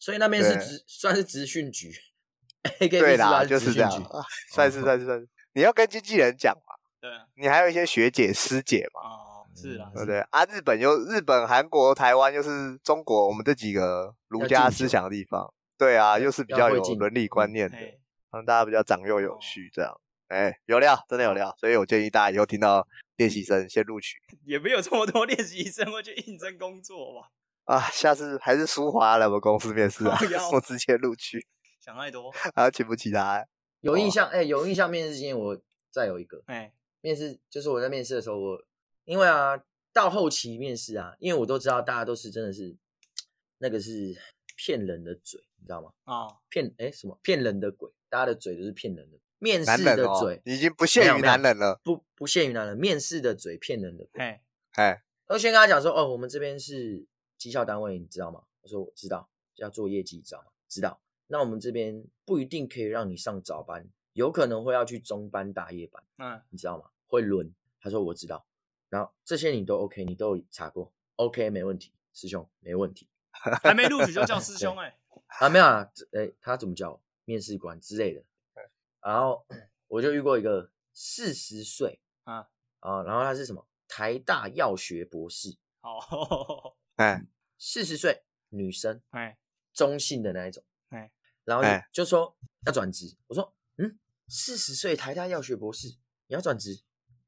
[SPEAKER 2] 所以那边是
[SPEAKER 1] 对
[SPEAKER 2] 职算是职训局 (laughs) ，AKB
[SPEAKER 1] 对啦，
[SPEAKER 2] 48
[SPEAKER 1] 就是
[SPEAKER 2] 职
[SPEAKER 1] 这样
[SPEAKER 2] 训局，哦
[SPEAKER 1] 啊算是算是算是。你要跟经纪人讲嘛，
[SPEAKER 3] 对啊，
[SPEAKER 1] 你还有一些学姐师姐嘛。
[SPEAKER 3] 哦，是啦，
[SPEAKER 2] 嗯
[SPEAKER 1] 对
[SPEAKER 3] 是
[SPEAKER 1] 不对啊？日本又日本、韩国、台湾又是中国，我们这几个儒家思想的地方，对啊，又是比较
[SPEAKER 2] 要
[SPEAKER 1] 有
[SPEAKER 2] 会进嗯哦
[SPEAKER 1] 伦理观念的，
[SPEAKER 3] 嘿
[SPEAKER 1] 让大家比较长幼有序这样。哎，有料，真的有料，所以我建议大家以后听到练习生先录取
[SPEAKER 3] 也没有这么多练习生会去应征工作吧？
[SPEAKER 1] 啊，下次还是舒华来我们公司面
[SPEAKER 2] 哦
[SPEAKER 1] 试啊
[SPEAKER 3] 靠腰，
[SPEAKER 1] (laughs) 我直接录取，
[SPEAKER 3] 想太多，
[SPEAKER 1] 还要请不起他。
[SPEAKER 2] 有印
[SPEAKER 1] 哦
[SPEAKER 2] 象哎、有印象面试经验，我再有一个
[SPEAKER 3] 哎，
[SPEAKER 2] 面试，就是我在面试的时候，我因为啊到后期面试啊，因为我都知道大家都是真的是那个是骗人的嘴，你知道吗？
[SPEAKER 3] 哦，
[SPEAKER 2] 骗哎什么骗人的鬼，大家的嘴都是骗人的，面
[SPEAKER 1] 男
[SPEAKER 2] 试
[SPEAKER 1] 人
[SPEAKER 2] 的
[SPEAKER 1] 哦
[SPEAKER 2] 嘴、，
[SPEAKER 1] 已经不
[SPEAKER 2] 没
[SPEAKER 1] 限
[SPEAKER 2] 有
[SPEAKER 1] 于
[SPEAKER 2] 没有
[SPEAKER 1] 男人了，
[SPEAKER 2] 不不限于男人，面试的嘴骗人的鬼。
[SPEAKER 3] 哎，
[SPEAKER 1] 哎，
[SPEAKER 2] 我先跟他讲说，哦，我们这边是绩效单位，你知道吗？我说我知道，要做业绩，你知道吗？知道。那我们这边不一定可以让你上早班，有可能会要去中班、大夜班，
[SPEAKER 3] 嗯，
[SPEAKER 2] 你知道吗？会轮。他说我知道，然后这些你都 OK，你都有查过，OK 没问题，师兄没问题
[SPEAKER 3] 还没录取就叫师 (laughs) 兄哎，
[SPEAKER 2] 啊，没有啊，这哎，他怎么叫我面试官之类的。然后我就遇过一个四十岁
[SPEAKER 3] 啊
[SPEAKER 2] 啊，然后他是什么台大药学博士，
[SPEAKER 3] 好，
[SPEAKER 1] 哎，
[SPEAKER 2] 四十岁女生，
[SPEAKER 3] 哎，
[SPEAKER 2] 中性的那一种，
[SPEAKER 3] 哎，
[SPEAKER 2] 然后就
[SPEAKER 1] 哎
[SPEAKER 2] 就说要转职，我说，嗯，四十岁台大药学博士，你要转职，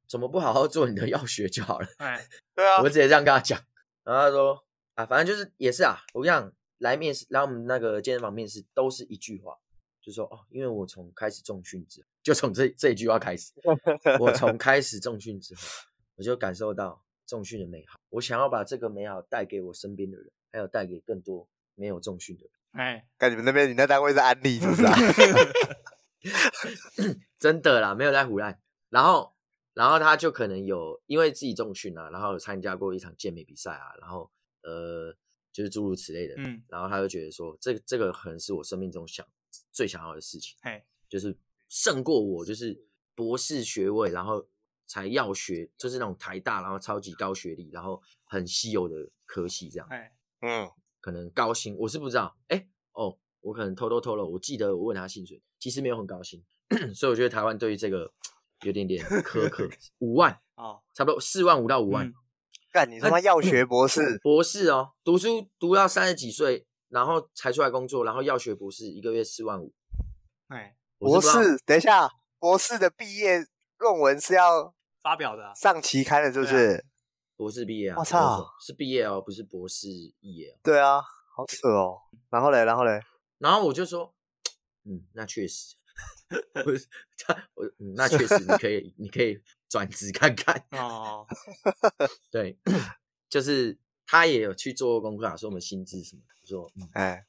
[SPEAKER 2] 怎么不好好做你的药学就好了？
[SPEAKER 3] 哎，
[SPEAKER 1] 对啊
[SPEAKER 2] 我，直接这样跟他讲，然后他说，啊，反正就是也是啊，我跟你讲，来面试，来我们那个健身房面试都是一句话，就说哦，因为我从开始重训之后，就从这这一句话开始，我从开始重训之后，我就感受到重训的美好，我想要把这个美好带给我身边的人，还有带给更多没有重训的人。
[SPEAKER 3] 哎，
[SPEAKER 1] 看你们那边，你那单位是安利是不是
[SPEAKER 2] (laughs)
[SPEAKER 1] 啊？
[SPEAKER 2] 真的啦，没有在胡乱。然后，然后他就可能有因为自己重训啊，然后有参加过一场健美比赛啊，然后呃，就是诸如此类的。
[SPEAKER 3] 嗯，
[SPEAKER 2] 然后他就觉得说，这这个可能是我生命中想最想要的事情，
[SPEAKER 3] 哎，
[SPEAKER 2] 就是胜过我就是博士学位，然后才药学，就是那种台大，然后超级高学历，然后很稀有的科系这样。
[SPEAKER 3] 哎，
[SPEAKER 1] 嗯，
[SPEAKER 2] 可能高薪，我是不知道。哎，哦，我可能偷偷透露，我记得我问他薪水，其实没有很高薪， (clears throat) 所以我觉得台湾对于这个有点点苛
[SPEAKER 1] (laughs)
[SPEAKER 2] 刻，五万，
[SPEAKER 3] 哦，
[SPEAKER 2] 差不多四万五到五万、
[SPEAKER 3] 嗯
[SPEAKER 1] 干你他妈药学博
[SPEAKER 2] (laughs)
[SPEAKER 1] 士，
[SPEAKER 2] 博士哦，读书读到三十几岁，然后才出来工作，然后要学博士，一个月四万五，
[SPEAKER 3] 哎，
[SPEAKER 1] 博
[SPEAKER 2] 我是不知道
[SPEAKER 1] 士，等一下，博士的毕业论文是要
[SPEAKER 3] 发表的啊，
[SPEAKER 1] 上期刊的，是不是？
[SPEAKER 2] 博士毕业啊，
[SPEAKER 1] 我操
[SPEAKER 2] 没错，是毕业哦，不是博士毕业哦。
[SPEAKER 1] 对啊，好扯哦。然后嘞，然后嘞，
[SPEAKER 2] 然后我就说，嗯，那确实， (laughs) 我是 (laughs) 他我、嗯、那确实你可
[SPEAKER 1] (laughs)
[SPEAKER 2] 以，你可以转职看看。
[SPEAKER 3] 哦，
[SPEAKER 2] 对， (clears throat) 就是他也有去做功课啊，说我们薪资什么的，我说嗯，
[SPEAKER 1] 哎，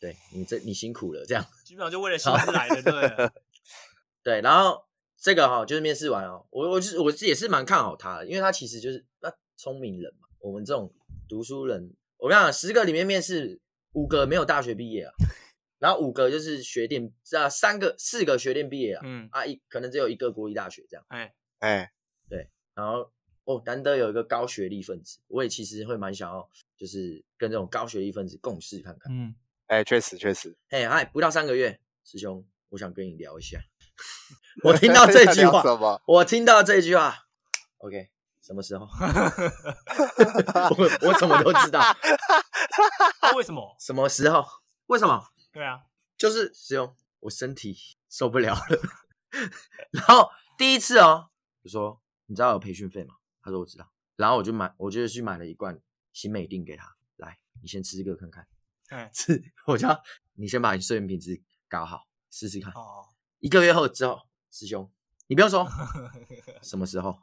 [SPEAKER 2] 对你这你辛苦了这样。
[SPEAKER 3] 基本上就为了薪资来的，对 (laughs) 了，
[SPEAKER 2] 对，然后这个哈、就是面试完哦，我我就是我自己也是蛮看好他的，因为他其实就是那聪明人嘛，我们这种读书人，我跟你讲，十个里面面试五个没有大学毕业啊，然后五个就是学电啊，三个四个学电毕业啊，
[SPEAKER 3] 嗯，
[SPEAKER 2] 啊一可能只有一个国立大学这样，
[SPEAKER 3] 哎，
[SPEAKER 1] 哎，
[SPEAKER 2] 然后哦，难得有一个高学历分子，我也其实会蛮想要就是跟这种高学历分子共事看看。
[SPEAKER 3] 嗯，
[SPEAKER 1] 哎，确实确实。
[SPEAKER 2] 嘿，嗨，不到三个月，师兄，我想跟你聊一下。 (laughs) 我听到这句
[SPEAKER 1] 要聊
[SPEAKER 2] 话，
[SPEAKER 1] 什
[SPEAKER 2] (laughs)
[SPEAKER 1] 么？
[SPEAKER 2] 我听到这句话，OK，什么时候？ (laughs) 我我怎么都知道，
[SPEAKER 3] 那啊为什么？
[SPEAKER 2] 什么时候？为什么？
[SPEAKER 3] 对啊，
[SPEAKER 2] 就是师兄，我身体受不了了。 (laughs) 然后第一次哦，我说你知道有培训费吗？他说我知道。然后我就买，我就去买了一罐新美定给他。来，你先吃这个看看。
[SPEAKER 3] 哎，
[SPEAKER 2] (laughs) 吃，我就要你先把你睡眠品质搞好，试试看。
[SPEAKER 3] 哦，
[SPEAKER 2] 一个月后之后，师兄，你不
[SPEAKER 1] (laughs)
[SPEAKER 2] 要说什么时候，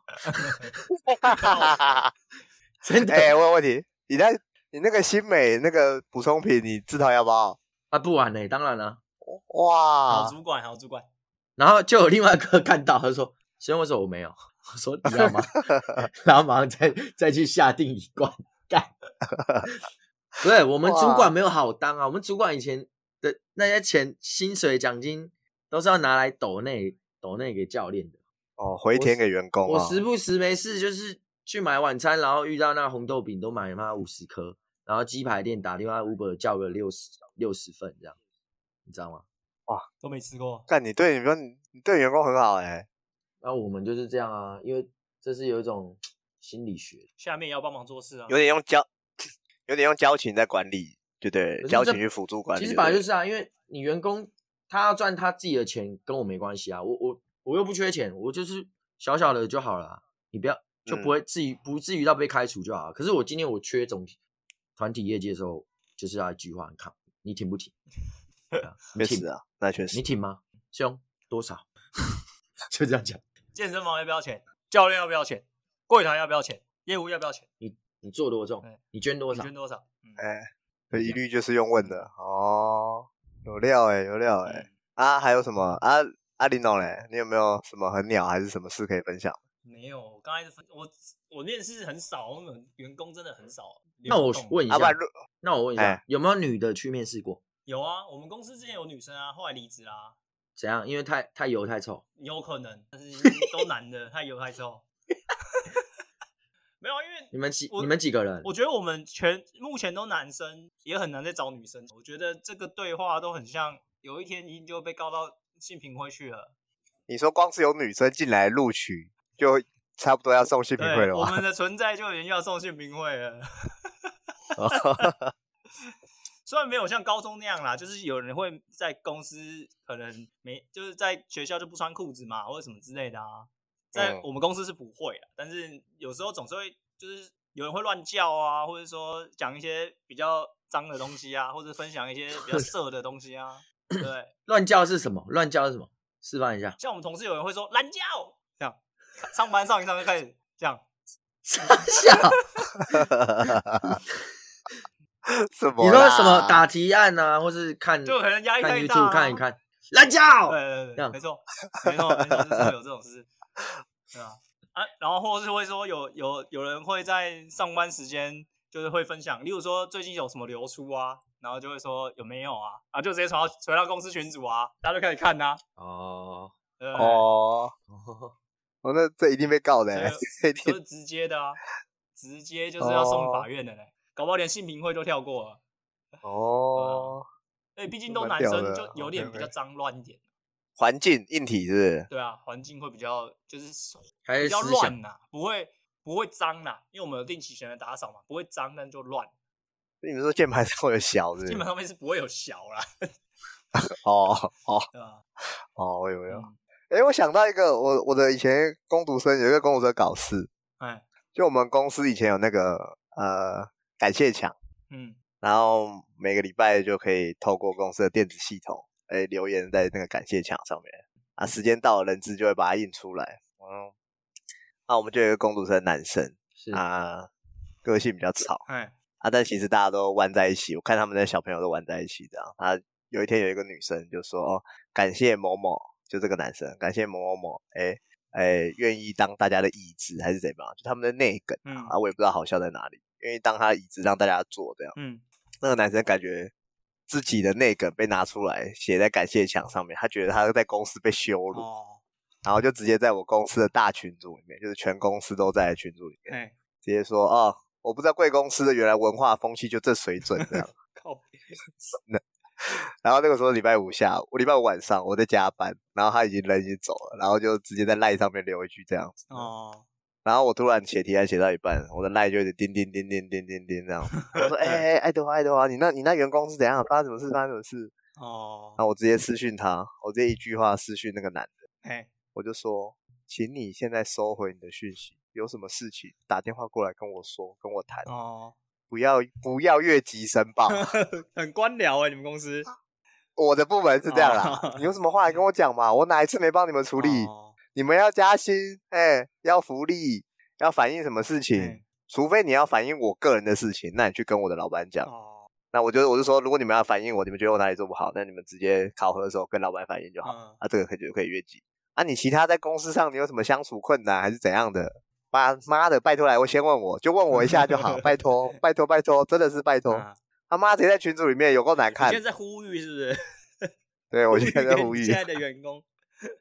[SPEAKER 2] 真的、
[SPEAKER 1] 哎，我有问题，你那你那个新美那个补充品，你自掏腰包？
[SPEAKER 2] 啊，不玩呢、当然了、
[SPEAKER 3] 好
[SPEAKER 1] 哇，
[SPEAKER 3] 主 (laughs) 管，好主管，
[SPEAKER 2] 然后就有另外一个看到，他说：“师兄，为什么我没有？” (laughs) 我说：“你
[SPEAKER 1] (laughs)
[SPEAKER 2] 知道吗？”然后马上再再去下定一罐
[SPEAKER 1] (laughs)
[SPEAKER 2] 干。不是，我们主
[SPEAKER 1] 哇
[SPEAKER 2] 管没有好当啊，我们主管以前的那些钱、薪水、奖金都是要拿来抖内抖内给教练的。
[SPEAKER 1] 哦，回填给员工
[SPEAKER 2] 我
[SPEAKER 1] 啊，
[SPEAKER 2] 时不时没事就是去买晚餐，然后遇到那个红豆饼都买妈五十颗，然后鸡排店打电话 Uber 叫个六十六十份这样，你知道吗？
[SPEAKER 3] 都没吃过，
[SPEAKER 1] 干你对你说你你对员工很好哎，
[SPEAKER 2] 那我们就是这样啊，因为这是有一种心理学，
[SPEAKER 3] 下面也要帮忙做事啊
[SPEAKER 1] 有。点用交，有点用交情在管理，对不对
[SPEAKER 2] 可？是
[SPEAKER 1] 交
[SPEAKER 2] 这
[SPEAKER 1] 情去辅助管理，
[SPEAKER 2] 其实本来
[SPEAKER 1] 对
[SPEAKER 2] 就
[SPEAKER 1] 不对
[SPEAKER 2] 是啊，因为你员工他要赚他自己的钱，跟我没关系啊，我我我又不缺钱，我就是小小的就好了啊、你不要就
[SPEAKER 1] 嗯
[SPEAKER 2] 不会至于、不至于到被开除就好了。可是我今天我缺总体团体业绩的时候，就是要一句话，你看你挺不挺？对啊你
[SPEAKER 1] 确
[SPEAKER 2] 挺
[SPEAKER 1] 实啊，那确
[SPEAKER 2] 你
[SPEAKER 1] 实。
[SPEAKER 2] 挺吗？胸多少？ (laughs) 就这样讲，
[SPEAKER 3] 健身房要不要钱？教练要不要钱？柜台要不要钱？业务要不要钱？
[SPEAKER 2] 你你做多重
[SPEAKER 3] 对？
[SPEAKER 2] 你捐多
[SPEAKER 3] 你
[SPEAKER 2] 少
[SPEAKER 3] 捐？多少？嗯，
[SPEAKER 1] 哎，这一律就是用问的哦，有料哎、有料哎、
[SPEAKER 3] 嗯
[SPEAKER 1] 啊，还有什么啊？阿林总嘞，你有没有什么很鸟还是什么事可以分享？啊
[SPEAKER 3] 没有，我刚才分我我面试很少，我们员工真的很少
[SPEAKER 2] 那
[SPEAKER 3] 流动。
[SPEAKER 2] 我问一
[SPEAKER 1] 啊，不
[SPEAKER 2] 下
[SPEAKER 1] 然，如
[SPEAKER 2] 那我问一下
[SPEAKER 1] 哎，
[SPEAKER 2] 有没有女的去面试过？
[SPEAKER 3] 有啊，我们公司之前有女生啊，后来离职啦、
[SPEAKER 2] 怎样？因为太太油太臭。
[SPEAKER 3] 有可能，
[SPEAKER 2] (laughs)
[SPEAKER 3] 但是都男的，太油太臭。没有啊，因为
[SPEAKER 2] 你们几
[SPEAKER 3] 我
[SPEAKER 2] 你们几个人？
[SPEAKER 3] 我觉得我们全目前都男生，也很难再找女生。我觉得这个对话都很像，有一天一定就被告到性平会去了。
[SPEAKER 1] 你说光是有女生进来录取，就差不多要送性平会
[SPEAKER 3] 对，
[SPEAKER 1] 了
[SPEAKER 2] (laughs)
[SPEAKER 3] 我
[SPEAKER 1] 吧？
[SPEAKER 3] 们的存在就已经要送性平会了。 (laughs) 虽然没有像高中那样啦，就是有人会在公司可能没，就是在学校就不穿裤子嘛，或者什么之类的啊。在
[SPEAKER 1] 嗯
[SPEAKER 3] 我们公司是不会啊，但是有时候总是会，就是有人会乱叫啊，或者说讲一些比较脏的东西啊，或者分享一些比较色的东西啊。对，
[SPEAKER 2] 乱叫是什么？乱叫是什么？示范
[SPEAKER 1] (laughs)
[SPEAKER 2] 一下。
[SPEAKER 3] 像我们同事有人会说“懒觉”这样，上班上一上就开始这样，
[SPEAKER 2] 傻 (laughs) 笑。
[SPEAKER 1] (laughs) 什么？
[SPEAKER 2] 你说什么打？题案啊，或是看
[SPEAKER 3] 就可能压力
[SPEAKER 2] 看
[SPEAKER 3] 太大、啊。
[SPEAKER 2] YouTube 看一看。乱叫。
[SPEAKER 3] 对
[SPEAKER 2] 这
[SPEAKER 3] 对对，
[SPEAKER 2] 样
[SPEAKER 3] 没错，没错，没错，就是会有这种事，对啊，啊，然后或是会说有有有人会在上班时间就是会分享，例如说最近有什么流出啊，然后就会说有没有啊，啊就直接传到传到公司群组啊，大家就开始看呐、
[SPEAKER 2] 哦。
[SPEAKER 3] 对不对，
[SPEAKER 1] 哦，哦，那这一定被告的、欸，这一
[SPEAKER 3] 都
[SPEAKER 1] 定
[SPEAKER 3] 是直接的啊，直接就是要送法院的嘞，搞不好连性平会都跳过了，
[SPEAKER 1] 哦，
[SPEAKER 3] 对，毕竟
[SPEAKER 1] 这
[SPEAKER 3] 都
[SPEAKER 1] 蛮
[SPEAKER 3] 男
[SPEAKER 1] 屌
[SPEAKER 3] 生
[SPEAKER 1] 的
[SPEAKER 3] 就有点比较
[SPEAKER 1] OK，OK
[SPEAKER 3] 脏乱一点，
[SPEAKER 1] 环境硬体是不是？
[SPEAKER 3] 对啊，环境会比较就是
[SPEAKER 2] 还
[SPEAKER 3] 比
[SPEAKER 2] 是
[SPEAKER 3] 较
[SPEAKER 2] 思想
[SPEAKER 3] 乱呐、不会不会脏呐、因为我们有定期选的打扫嘛，不会脏，但就乱，
[SPEAKER 1] 你们说键盘上有小是不
[SPEAKER 3] 基
[SPEAKER 1] 是
[SPEAKER 3] 本？上面是不会有小啦，
[SPEAKER 1] 哦哦
[SPEAKER 3] 对吧？
[SPEAKER 1] 哦，我有没有？
[SPEAKER 3] 嗯
[SPEAKER 1] 哎、我想到一个，我我的以前工读生有一个工读生搞事，
[SPEAKER 3] 哎，
[SPEAKER 1] 就我们公司以前有那个呃感谢墙，
[SPEAKER 3] 嗯，
[SPEAKER 1] 然后每个礼拜就可以透过公司的电子系统，哎、留言在那个感谢墙上面啊，时间到了，人资就会把它印出来。嗯，那、我们就有一个工读生男生
[SPEAKER 2] 是
[SPEAKER 1] 啊，个性比较吵
[SPEAKER 3] 哎，
[SPEAKER 1] 啊，但其实大家都玩在一起，我看他们的小朋友都玩在一起这样。啊，有一天有一个女生就说：“哦，感谢某某，就这个男生，感谢某某某，哎、哎，愿意当大家的椅子还是怎么样？就他们的内梗
[SPEAKER 3] 嗯
[SPEAKER 1] 啊，我也不知道好笑在哪里，愿意当他的椅子让大家坐这样。”
[SPEAKER 3] 嗯，
[SPEAKER 1] 那个男生感觉自己的内梗被拿出来写在感谢墙上面，他觉得他在公司被羞辱，
[SPEAKER 3] 哦，
[SPEAKER 1] 然后就直接在我公司的大群组里面，就是全公司都在的群组里面，
[SPEAKER 3] 哎，
[SPEAKER 1] 直接说哦，我不知道贵公司的原来文化风气就这水准这样。
[SPEAKER 3] 靠，
[SPEAKER 1] 然后那个时候礼拜五下午，我礼拜五晚上我在加班，然后他已经人已经走了，然后就直接在赖上面留一句这样子。
[SPEAKER 3] 哦，
[SPEAKER 1] 然后我突然写提案写到一半，我的赖就一直叮叮叮叮叮叮叮这样。我说：“哎、哎、哎，爱德华，爱德华，你那你那员工是怎样？发生什么事？发生什么事？”
[SPEAKER 3] 哦
[SPEAKER 1] 然，后我直接私讯他，我直接一句话私讯那个男的，
[SPEAKER 3] 哎，
[SPEAKER 1] 我就说，请你现在收回你的讯息，有什么事情打电话过来跟我说，跟我谈。
[SPEAKER 3] 哦， (laughs)
[SPEAKER 1] 不要不要越级申报。
[SPEAKER 3] 很官僚哎、你们公司
[SPEAKER 1] 我的部 (laughs) 门是这样啦 (laughs)
[SPEAKER 3] 哦，
[SPEAKER 1] 你有什么话来跟我讲嘛？我哪一次没帮你们处理？
[SPEAKER 3] 哦
[SPEAKER 1] 你们要加薪，哎、要福利，要反映什么事情？
[SPEAKER 3] 嗯
[SPEAKER 1] 除非你要反映我个人的事情，那你去跟我的老板讲。
[SPEAKER 3] 哦，
[SPEAKER 1] 那我觉得我是说，如果你们要反映我，你们觉得我哪里做不好，那你们直接考核的时候跟老板反映就好。
[SPEAKER 3] 嗯，
[SPEAKER 1] 啊，这个可以就可以越级。啊，你其他在公司上你有什么相处困难还是怎样的？妈妈的，拜托来，我先问我就问我一下就好，拜托，拜托，拜托，真的是
[SPEAKER 3] (laughs)
[SPEAKER 1] 拜托。
[SPEAKER 3] 啊
[SPEAKER 1] 他妈直接在群组里面有够难
[SPEAKER 3] 你
[SPEAKER 1] 看
[SPEAKER 3] 现，在在呼吁是不是？
[SPEAKER 1] 对我现在在呼
[SPEAKER 3] (laughs) 你
[SPEAKER 1] 吁
[SPEAKER 3] 现，在的员工，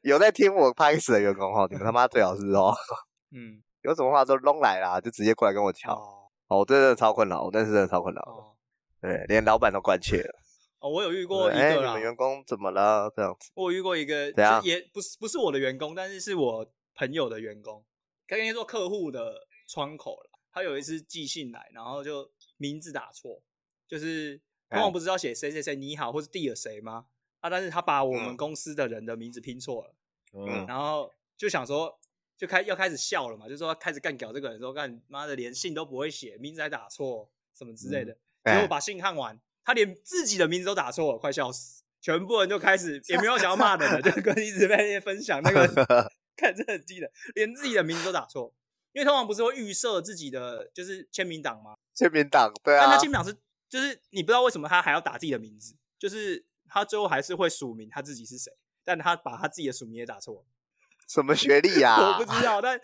[SPEAKER 1] 有在听我 p 死的员工哈，你们他妈最好是哦， (laughs)
[SPEAKER 3] 嗯，
[SPEAKER 1] 有什么话都弄来啦，就直接过来跟我讲。
[SPEAKER 3] 哦
[SPEAKER 1] 哦，我真的超困扰，我那是真的超困扰，
[SPEAKER 3] 哦
[SPEAKER 1] 对，连老板都关切了。
[SPEAKER 3] 哦，我有遇过
[SPEAKER 1] 对
[SPEAKER 3] 一
[SPEAKER 1] 哎，
[SPEAKER 3] 个
[SPEAKER 1] 你
[SPEAKER 3] 啦
[SPEAKER 1] 们，员工怎么了？这样子，
[SPEAKER 3] 我有遇过一个，
[SPEAKER 1] 怎样
[SPEAKER 3] 就也不是不是我的员工，但是是我朋友的员工，跟你说客户的窗口了。他有一次寄信来，然后就名字打错，就是
[SPEAKER 1] 哎
[SPEAKER 3] 往往不知道写谁谁谁你好或是 dear 谁吗？啊，但是他把我们
[SPEAKER 1] 嗯
[SPEAKER 3] 公司的人的名字拼错了，
[SPEAKER 2] 嗯
[SPEAKER 3] 然后就想说就开要开始笑了嘛，就说开始干屌这个人，说干妈的连信都不会写，名字还打错什么之类的。结果
[SPEAKER 1] 哎
[SPEAKER 3] 我，把信看完，他连自己的名字都打错了，快笑死！全部人就开始也没有想要骂人了，就跟一直在那边分享
[SPEAKER 1] (laughs)
[SPEAKER 3] 那个，看这很低的，连自己的名字都打错。因为通常不是会预设自己的就是签名档吗？
[SPEAKER 1] 签名档，对
[SPEAKER 3] 但
[SPEAKER 1] 啊
[SPEAKER 3] 他，签名档是就是你不知道为什么他还要打自己的名字，就是他最后还是会署名他自己是谁，但他把他自己的署名也打错了。
[SPEAKER 1] 什么学历啊
[SPEAKER 3] (laughs) 我？不知道，但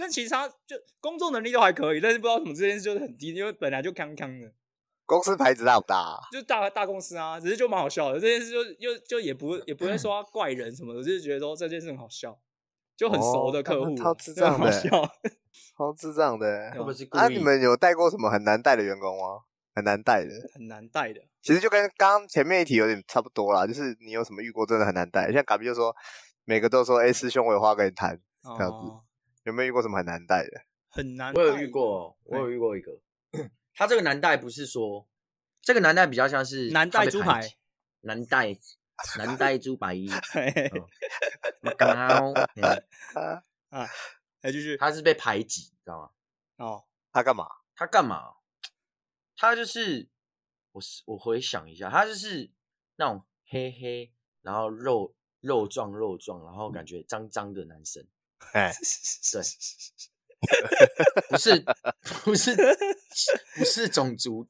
[SPEAKER 3] 但其实他就工作能力都还可以，但是不知道怎么这件事就是很低，因为本来就康康的。
[SPEAKER 1] (laughs) 公司牌子大不大啊？
[SPEAKER 3] 就是大大公司啊，只是就蛮好笑的。这件事就又就也不也不会说他怪人什么的，我就是觉得说这件事很好笑，就很熟的
[SPEAKER 1] 哦
[SPEAKER 3] 客
[SPEAKER 1] 干
[SPEAKER 3] 户，
[SPEAKER 1] 那超智
[SPEAKER 3] 真的很
[SPEAKER 1] 障的欸
[SPEAKER 3] 好笑。
[SPEAKER 1] 超智障的
[SPEAKER 2] 会。不会是故
[SPEAKER 1] 啊，
[SPEAKER 2] 意？
[SPEAKER 1] 你们有带过什么很难带的员工吗？很难带的，
[SPEAKER 3] 很难带的。
[SPEAKER 1] 其实就跟刚刚前面一题有点差不多啦，就是你有什么遇过真的很难带，像嘎比就说每个都说，哎、师兄，我有话跟你谈， (laughs) 这样子
[SPEAKER 3] 哦，
[SPEAKER 1] 有没有遇过什么很难带的？
[SPEAKER 3] 很难。
[SPEAKER 2] 我有遇，过，我有遇过一个， (clears throat) 他这个难带不是说，这个难带比较像是
[SPEAKER 3] 难带
[SPEAKER 2] 他被
[SPEAKER 3] 猪
[SPEAKER 2] 排
[SPEAKER 3] 排
[SPEAKER 2] 挤，难带难带猪排，
[SPEAKER 3] 嘿嘿嘿
[SPEAKER 2] 猫，嗯
[SPEAKER 1] 啊，
[SPEAKER 3] 来继
[SPEAKER 1] (laughs)
[SPEAKER 3] 续。
[SPEAKER 2] 他是被排挤，知道吗？
[SPEAKER 3] 哦，
[SPEAKER 1] 他干嘛？
[SPEAKER 2] 他干嘛？哦他就是我是我回想一下，他就是那种黑黑，然后肉肉壮肉壮，然后感觉脏脏的男生，
[SPEAKER 1] 哎，
[SPEAKER 2] 对，不是不是 (laughs) 不是种族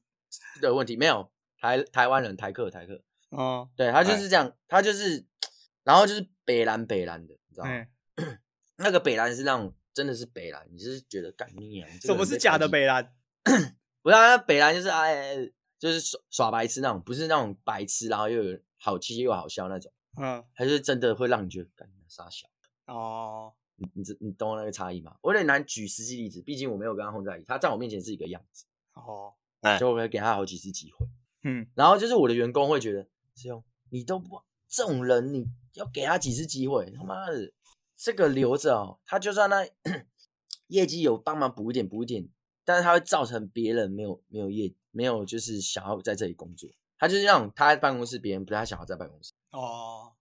[SPEAKER 2] 的问题，没有台台湾人台客台客，
[SPEAKER 3] 哦，
[SPEAKER 2] 对他就是这样，他就是，然后就是北蓝北蓝的，
[SPEAKER 1] 啊
[SPEAKER 2] 你知道吗？
[SPEAKER 3] 哎，
[SPEAKER 2] 那个北蓝是那种真的是北蓝，你就是觉得干你娘，这
[SPEAKER 3] 什
[SPEAKER 2] 个
[SPEAKER 3] 么
[SPEAKER 2] 人
[SPEAKER 3] 是
[SPEAKER 2] 被
[SPEAKER 3] 假
[SPEAKER 2] 排
[SPEAKER 3] 的
[SPEAKER 2] 挤
[SPEAKER 3] 北兰？
[SPEAKER 2] 不要，那北兰就是哎，就是耍耍白痴那种，不是那种白痴，然后又有好气又好笑那种，
[SPEAKER 3] 嗯，
[SPEAKER 2] 他就是真的会让你觉得干傻笑。
[SPEAKER 3] 哦，
[SPEAKER 2] 你你知你懂我那个差异吗？我有点难举实际例子，毕竟我没有跟他混在一起，他在我面前是一个样子，
[SPEAKER 3] 哦，
[SPEAKER 2] 所以我会给他好几次机会。
[SPEAKER 3] 嗯，
[SPEAKER 2] 然后就是我的员工会觉得，师兄你都不这种人，你要给他几次机会，他妈的这个留着哦，他就算那 (coughs) 业绩有帮忙补一点补一点，但是他会造成别人没有没有业没有就是想要在这里工作，他就是那种他在办公室，别人不太想要在办公室。
[SPEAKER 3] 哦，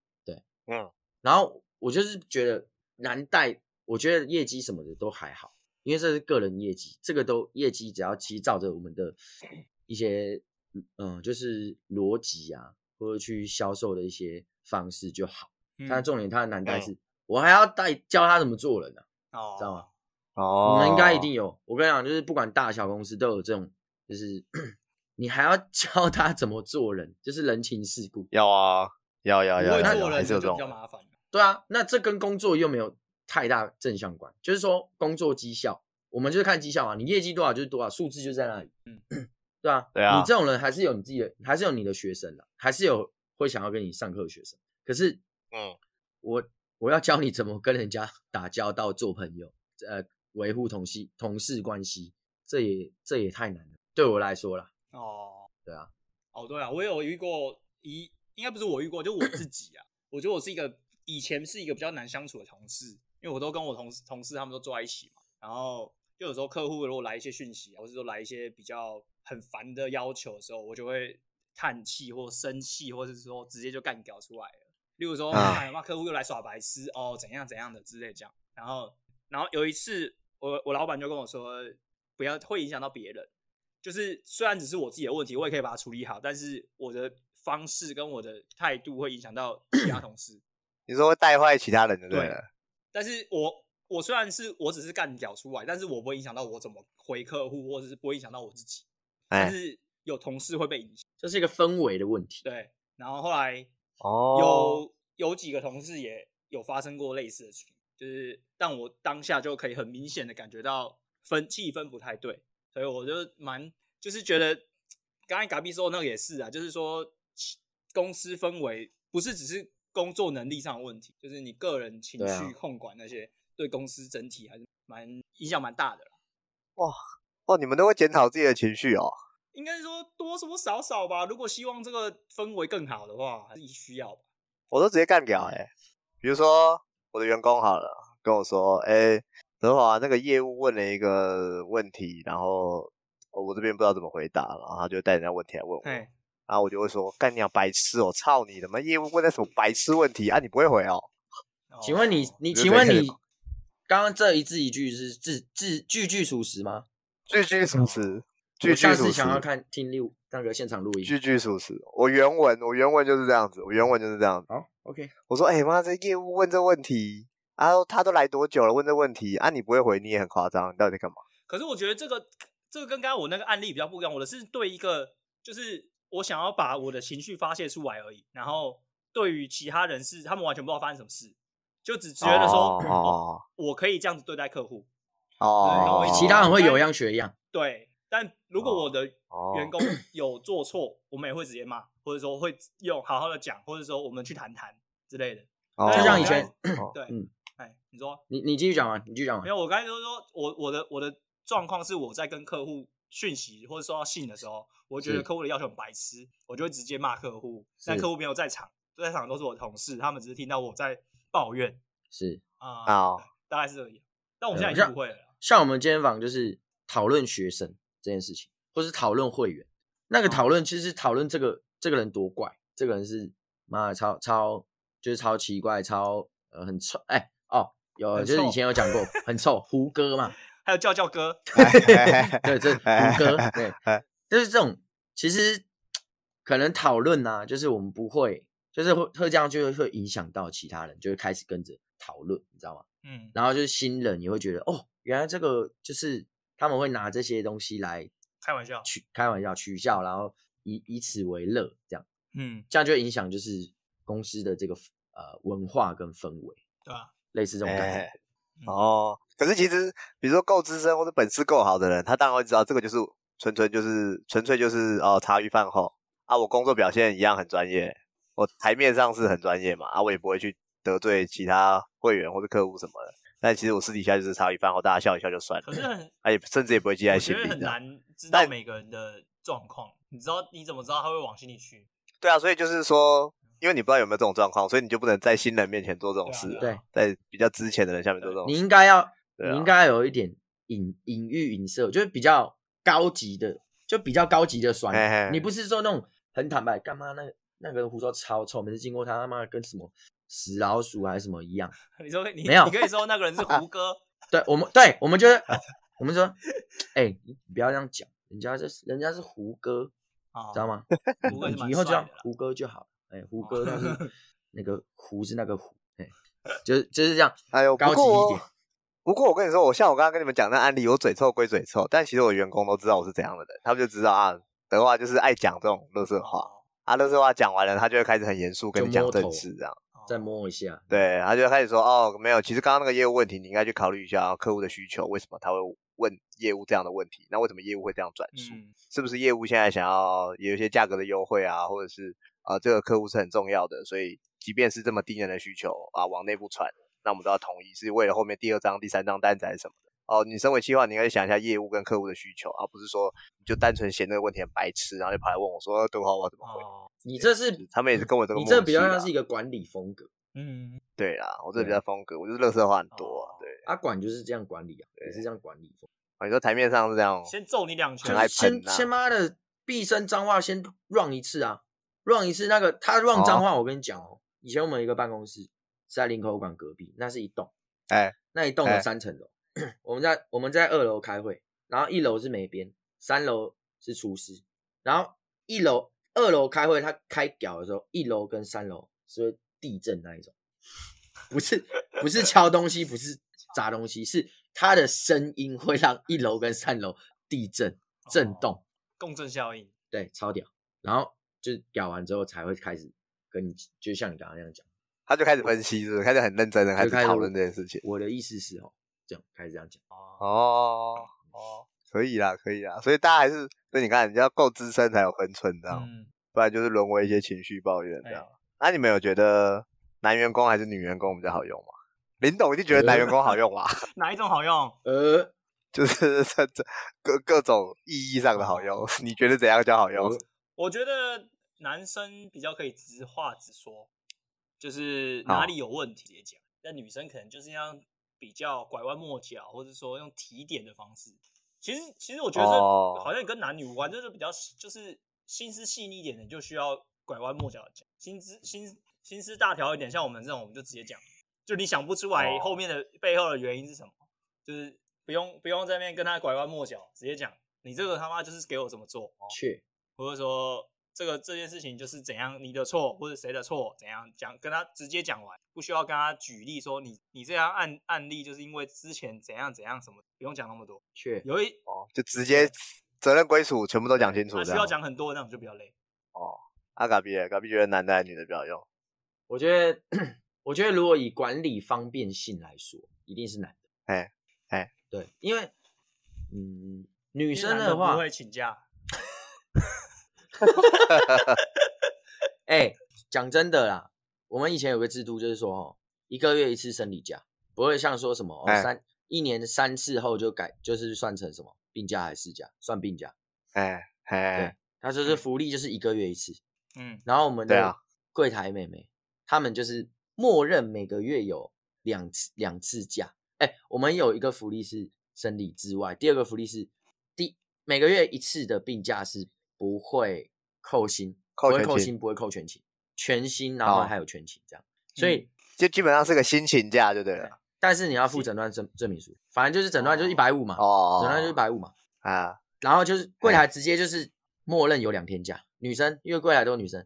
[SPEAKER 2] 然后我就是觉得难带，我觉得业绩什么的都还好，因为这是个人业绩，这个都业绩只要其实照着我们
[SPEAKER 3] (laughs)
[SPEAKER 2] 的一些嗯，就是逻辑啊，或者去销售的一些方式就好。
[SPEAKER 3] 嗯
[SPEAKER 2] 但重点它的难带是，我还要带教他怎么做人啊，
[SPEAKER 3] 哦，
[SPEAKER 2] 知道吗？
[SPEAKER 1] 哦，
[SPEAKER 2] 你们应该一定有，我跟你讲，就是不管大小公司都有这种，就是 (coughs) 你还要教他怎么做人，就是人情世故。
[SPEAKER 1] 要啊，要要
[SPEAKER 3] 不
[SPEAKER 1] 要要
[SPEAKER 3] 会做
[SPEAKER 1] 要，还
[SPEAKER 3] 人
[SPEAKER 1] 是有
[SPEAKER 3] 就
[SPEAKER 1] 这种
[SPEAKER 3] 比较麻烦。
[SPEAKER 2] 对啊，那这跟工作又没有太大正相关，就是说工作绩效，我们就是看绩效啊，你业绩多少就是多少，数字就在那里，嗯， (clears throat) 对啊，
[SPEAKER 1] 对啊
[SPEAKER 2] 你这种人还是有你自己的，还是有你的学生的，还是有会想要跟你上课的学生，可是
[SPEAKER 1] 嗯，
[SPEAKER 2] 我我要教你怎么跟人家打交道、做朋友，呃，维护同系同事关系，这也这也太难了，对我来说啦，
[SPEAKER 3] 哦，
[SPEAKER 2] 对啊，
[SPEAKER 3] 哦，对啊，我有遇过一，应该不是我遇过，就我自己啊。我觉得我是一个以前是一个比较难相处的同事，因为我都跟我同事同事他们都坐在一起嘛，然后就有时候客户如果来一些讯息啊，或是说来一些比较很烦的要求的时候，我就会叹气或生气，或是说直接就干掉出来了。例如说，
[SPEAKER 1] 啊
[SPEAKER 3] 哎妈，客户又来耍白痴哦，怎样怎样的之类这样。然后，然后有一次，我我老板就跟我说，不要会影响到别人，就是虽然只是我自己的问题，我也可以把它处理好，但是我的方式跟我的态度会影响到其他同事。
[SPEAKER 1] 你说会带坏其他人就对
[SPEAKER 3] 对
[SPEAKER 1] 了。
[SPEAKER 3] 但是我我虽然是我只是干屌出来，但是我不会影响到我怎么回客户，或者是不会影响到我自己。但
[SPEAKER 1] 哎，
[SPEAKER 3] 是有同事会被影响，
[SPEAKER 2] 这是一个氛围的问题。
[SPEAKER 3] 对。然后后来有、
[SPEAKER 1] 哦，
[SPEAKER 3] 有几个同事也有发生过类似的情况，就是但我当下就可以很明显的感觉到分气氛不太对，所以我就蛮就是觉得刚才嘎比说的那个也是啊，就是说公司氛围不是只是工作能力上的问题，就是你个人情
[SPEAKER 2] 对啊
[SPEAKER 3] 绪控管那些对公司整体还是蛮影响蛮大的啦。
[SPEAKER 1] 哦，你们都会检讨自己的情绪哦。
[SPEAKER 3] 应该是说多多少少吧，如果希望这个氛围更好的话，还是需要吧。
[SPEAKER 1] 我都直接干掉哎、比如说我的员工好了，跟我说，哎、德华那个业务问了一个问题，然后呃我这边不知道怎么回答，然后他就带人家问题来问我，
[SPEAKER 3] 哎，
[SPEAKER 1] 然后我就会说，干你娘白痴哦、操你的妈！业务问的什么白痴问题啊？你不会回哦、
[SPEAKER 2] 请问你，你
[SPEAKER 1] 我就
[SPEAKER 2] 请问
[SPEAKER 1] 可以
[SPEAKER 2] 你刚刚这一字一句是字字句句属实吗？
[SPEAKER 1] 句句属实，
[SPEAKER 2] 我
[SPEAKER 1] 句
[SPEAKER 2] 下
[SPEAKER 1] 句
[SPEAKER 2] 次
[SPEAKER 1] 属
[SPEAKER 2] 想要
[SPEAKER 1] 实，
[SPEAKER 2] 看听录那个现场录音。
[SPEAKER 1] 句句属实。我原文，我原文就是这样子，我原文就是这样子。
[SPEAKER 2] 好，OK，
[SPEAKER 1] 我说，哎、妈，这业务问这问题，啊，他都来多久了？问这问题啊，你不会回，你也很夸张，你到底在干嘛？
[SPEAKER 3] 可是我觉得这个这个跟刚刚我那个案例比较不一样，我的是对一个就是我想要把我的情绪发泄出来而已，然后对于其他人是他们完全不知道发生什么事，就只觉得说、
[SPEAKER 1] 哦哦
[SPEAKER 3] (clears throat) 我可以这样子对待客户，对那
[SPEAKER 1] 哦
[SPEAKER 3] 我一，起
[SPEAKER 2] 其他人会有样学样。
[SPEAKER 3] 对。但如果我的
[SPEAKER 1] 哦
[SPEAKER 3] 员工有做错，我们也会直接骂，或者说会用好好的讲，或者说我们去谈谈之类的。
[SPEAKER 1] 哦
[SPEAKER 3] 就
[SPEAKER 2] 像以前
[SPEAKER 1] 哦
[SPEAKER 3] 对，
[SPEAKER 2] 嗯
[SPEAKER 3] 哎，你说
[SPEAKER 2] 你你继续讲完，你继续讲完。
[SPEAKER 3] 没有，我刚才就是说我我的我的状况是我在跟客户讯息或者收到信的时候，我觉
[SPEAKER 2] 是
[SPEAKER 3] 得客户的要求很白痴，我就会直接骂客户。
[SPEAKER 2] 是
[SPEAKER 3] 但客户没有在场，在场的都是我的同事，他们只是听到我在抱怨
[SPEAKER 2] 是，
[SPEAKER 3] (laughs) 啊、
[SPEAKER 1] 哦 (laughs)
[SPEAKER 3] 对大概是这样。但我现在已
[SPEAKER 2] 对
[SPEAKER 3] 经不会了啦。
[SPEAKER 2] 像我们今天访就是讨论学生这件事情，或是讨论会员。那
[SPEAKER 3] 嗯
[SPEAKER 2] 个讨论其实是讨论这个这个人多怪，这个人是妈的超超就是超奇怪，超呃很臭哎、哦有
[SPEAKER 3] 很
[SPEAKER 2] 就是以
[SPEAKER 3] 臭
[SPEAKER 2] 前有讲过很臭胡歌嘛，
[SPEAKER 3] 还有叫叫哥，
[SPEAKER 2] (laughs) 对，这胡歌对，就是这种其实可能讨论呐，就是我们不会，就是会会这样就会会影响到其他人，就会开始跟着讨论，你知道吗？
[SPEAKER 3] 嗯，
[SPEAKER 2] 然后就是新人也会觉得哦，原来这个就是他们会拿这些东西来
[SPEAKER 3] 开玩笑，
[SPEAKER 2] 取开玩笑、取笑，然后以以此为乐，这样
[SPEAKER 3] 嗯，
[SPEAKER 2] 这样就会影响就是公司的这个呃文化跟氛围，
[SPEAKER 3] 对吧、
[SPEAKER 2] 类似这种感觉。
[SPEAKER 1] 哎
[SPEAKER 4] 嗯
[SPEAKER 1] 哦，可是其实，比如说够资深或者本事够好的人，他当然会知道这个就是纯纯就是纯粹就是哦茶余饭后啊，我工作表现一样很专业，我台面上是很专业嘛，啊，我也不会去得罪其他会员或者客户什么的。但其实我私底下就是茶余饭后，大家笑一笑就算了
[SPEAKER 4] 可，是很
[SPEAKER 1] 哎、也甚至也不会记在
[SPEAKER 4] 我
[SPEAKER 1] 心
[SPEAKER 4] 觉
[SPEAKER 1] 里
[SPEAKER 4] 得很
[SPEAKER 1] 这样。
[SPEAKER 4] 难知
[SPEAKER 1] 但
[SPEAKER 4] 道每个人的状况，你知道你怎么知道他会往心里去？
[SPEAKER 1] 对啊，所以就是说，因为你不知道有没有这种状况，所以你就不能在新人面前做这种
[SPEAKER 4] 对啊
[SPEAKER 1] 事、
[SPEAKER 4] 对啊啊
[SPEAKER 2] 对，
[SPEAKER 1] 在比较之前的人下面做这种
[SPEAKER 2] 你
[SPEAKER 1] 事。
[SPEAKER 2] 应该要，
[SPEAKER 1] 对
[SPEAKER 2] 你
[SPEAKER 1] 啊
[SPEAKER 2] 应该有一点隐隐喻、隐射，就是比较高级的，就比较高级的酸。
[SPEAKER 1] 嘿嘿
[SPEAKER 2] 你不是说那种很坦白，干嘛那那个人胡说超臭，每次经过他他妈跟什么死老鼠还是什么一样。
[SPEAKER 3] (laughs) 你说你
[SPEAKER 2] 没有
[SPEAKER 3] 你可以说那个人是胡歌，
[SPEAKER 2] 对我们，对我
[SPEAKER 1] (laughs)
[SPEAKER 2] 们觉得，我们说，哎、你不要这样讲，人家这人家是胡歌，
[SPEAKER 3] 啊
[SPEAKER 2] 知道吗？
[SPEAKER 1] 哦
[SPEAKER 3] 胡歌
[SPEAKER 2] 你
[SPEAKER 3] 是蛮
[SPEAKER 2] 以后就
[SPEAKER 3] 帅
[SPEAKER 2] 叫
[SPEAKER 3] 的啦。
[SPEAKER 2] 胡歌就好了。哎、胡歌
[SPEAKER 1] (laughs)
[SPEAKER 2] 那是那个胡是那个胡，哎、就是就是这样。
[SPEAKER 1] 哎呦，
[SPEAKER 2] 高
[SPEAKER 1] 不
[SPEAKER 2] 级一
[SPEAKER 1] 过
[SPEAKER 2] 点
[SPEAKER 1] 不过我跟你说，我像我刚刚跟你们讲那案例，我嘴臭归嘴臭，但其实我员工都知道我是怎样的人，他们就知道啊，德华就是爱讲这种乐色话
[SPEAKER 3] 哦
[SPEAKER 1] 啊，乐色话讲完了，他就会开始很严肃跟你
[SPEAKER 2] 就
[SPEAKER 1] 讲
[SPEAKER 2] 摸头
[SPEAKER 1] 正事这样，
[SPEAKER 3] 哦
[SPEAKER 2] 再摸一下，
[SPEAKER 1] 对，他就会开始说哦，没有，其实刚刚那个业务问题，你应该去考虑一下哦客户的需求，为什么他会问业务这样的问题，那为什么业务会这样转述？
[SPEAKER 3] 嗯，
[SPEAKER 1] 是不是业务现在想要有一些价格的优惠啊，或者是啊、呃这个客户是很重要的，所以即便是这么低廉的需求啊往内部传，那我们都要同意，是为了后面第二张、第三张单子还是什么的。哦，你身为企划，你应该想一下业务跟客户的需求，而、不是说你就单纯嫌这个问题很白痴，然后就跑来问我说德华我要怎么回？
[SPEAKER 3] 哦，
[SPEAKER 2] 你这是
[SPEAKER 1] 他们也是跟我这个
[SPEAKER 2] 你
[SPEAKER 1] 默
[SPEAKER 2] 这
[SPEAKER 1] 契
[SPEAKER 2] 比较
[SPEAKER 1] 啦
[SPEAKER 2] 像是一个管理风格，
[SPEAKER 3] 嗯，
[SPEAKER 1] 对啦，我这
[SPEAKER 2] 对
[SPEAKER 1] 比较风格，我就是乐色话很多、啊
[SPEAKER 3] 哦，
[SPEAKER 1] 对。
[SPEAKER 2] 阿管就是这样管理啊，也是这样管理风
[SPEAKER 1] 哦，你说台面上是这样哦，
[SPEAKER 3] 先揍你两
[SPEAKER 2] 格，
[SPEAKER 3] 拳
[SPEAKER 1] 很
[SPEAKER 2] 就
[SPEAKER 1] 爱
[SPEAKER 2] 是先
[SPEAKER 1] 喷啊
[SPEAKER 2] 先妈的毕生脏话先 run 一次啊，run 一次那个他 run
[SPEAKER 1] 哦
[SPEAKER 2] 脏话，我跟你讲哦，以前我们有一个办公室是在林口馆隔壁，那是一栋，
[SPEAKER 1] 哎，
[SPEAKER 2] 那一栋有
[SPEAKER 1] 哎
[SPEAKER 2] (clears throat) 三层楼，我们在我们在二楼开会，然后一楼是美编，三楼是厨师，然后一楼、二楼开会，他开屌的时候，一楼跟三楼是会地震那一种，不是不是敲东西，不是砸东西，是他的声音会让一楼跟三楼地震
[SPEAKER 1] 哦
[SPEAKER 2] 震动。
[SPEAKER 3] 共振效应。
[SPEAKER 2] 对，超屌。然后就是屌完之后才会开始跟你，就像你刚刚那样讲，
[SPEAKER 1] 他就开始分析，是不是？开始很认真的开
[SPEAKER 2] 就
[SPEAKER 1] 始
[SPEAKER 2] 开始
[SPEAKER 1] 讨论这件事情。
[SPEAKER 2] 我的意思是哦，这样开始这样讲，
[SPEAKER 3] 哦，
[SPEAKER 1] 哦哦，可以啦，可以啦。所以大家还是，所以你看，你要够资深才有分寸，你知道吗？
[SPEAKER 3] 嗯，
[SPEAKER 1] 不然就是沦为一些情绪抱怨这样
[SPEAKER 3] 哎。
[SPEAKER 1] 那你们有觉得男员工还是女员工比较好用吗？林董一定觉得男员工好用吧？
[SPEAKER 3] 哪一种好用？
[SPEAKER 2] 呃，
[SPEAKER 1] (laughs) 就是这这各各种意义上的好用， (laughs) 你觉得怎样叫好用
[SPEAKER 2] 我？
[SPEAKER 3] 我觉得男生比较可以直话直说，就是哪里有问题直接讲。但女生可能就是要比较拐弯抹角，或者说用提点的方式。其实，其实我觉得
[SPEAKER 1] 哦
[SPEAKER 3] 这好像也跟男女无关，就是比较就是心思细腻一点的，就需要拐弯抹角地讲；心思心心思大条一点，像我们这种，我们就直接讲。就你想不出来
[SPEAKER 1] 哦
[SPEAKER 3] 后面的背后的原因是什么，就是不用不用在那边跟他拐弯抹角，直接讲你这个他妈就是给我怎么做。哦
[SPEAKER 2] 确
[SPEAKER 3] 或者说这个这件事情就是怎样你的错或者谁的错怎样讲，跟他直接讲完，不需要跟他举例说你你这样案案例就是因为之前怎样怎样什么，不用讲那么多。
[SPEAKER 2] 确
[SPEAKER 3] 有一
[SPEAKER 1] 哦，就直接责任归属全部都讲清楚
[SPEAKER 3] 他需
[SPEAKER 1] 这
[SPEAKER 3] 要
[SPEAKER 1] 样。
[SPEAKER 3] 讲很多那种就比较累。
[SPEAKER 1] 阿嘎比，嘎比觉得男的还是女的比较好用？
[SPEAKER 2] 我觉得，我觉得如果以管理方便性来说，一定是男的。
[SPEAKER 1] 哎哎，
[SPEAKER 2] 对，因为嗯，女
[SPEAKER 3] 女
[SPEAKER 2] 生的话
[SPEAKER 3] 不，会请假，
[SPEAKER 2] 哎，讲真的啦，我们以前有个制度就是说，哦，一个月一次生理假，不会像说什么、哦
[SPEAKER 1] 哎
[SPEAKER 2] 三一年三次后就改，就是算成什么病假还是事假，算病假。
[SPEAKER 1] 哎哎
[SPEAKER 2] 对，他说
[SPEAKER 1] 嗯
[SPEAKER 2] 是福利就是一个月一次，
[SPEAKER 3] 嗯，
[SPEAKER 2] 然后我们
[SPEAKER 1] 对
[SPEAKER 2] 的
[SPEAKER 1] 啊
[SPEAKER 2] 柜台妹妹，她们就是默认每个月有两次两次假。哎，我们有一个福利是生理之外，第二个福利是第每个月一次的病假是不会扣薪，
[SPEAKER 1] 扣
[SPEAKER 2] 不会
[SPEAKER 1] 全
[SPEAKER 2] 扣
[SPEAKER 1] 勤
[SPEAKER 2] 薪，不会扣全勤，全薪，然后
[SPEAKER 1] 哦
[SPEAKER 2] 还有全勤这样。所以，
[SPEAKER 1] 就基本上是个心情价，就对了。
[SPEAKER 2] 但是你要附诊断证证明书，反正就是诊断就是一百五嘛，
[SPEAKER 1] 哦，
[SPEAKER 2] 诊断就是一百五嘛。
[SPEAKER 1] 啊，
[SPEAKER 2] 然后就是柜台直接就是默认有两天假，女生因为柜台都是女生，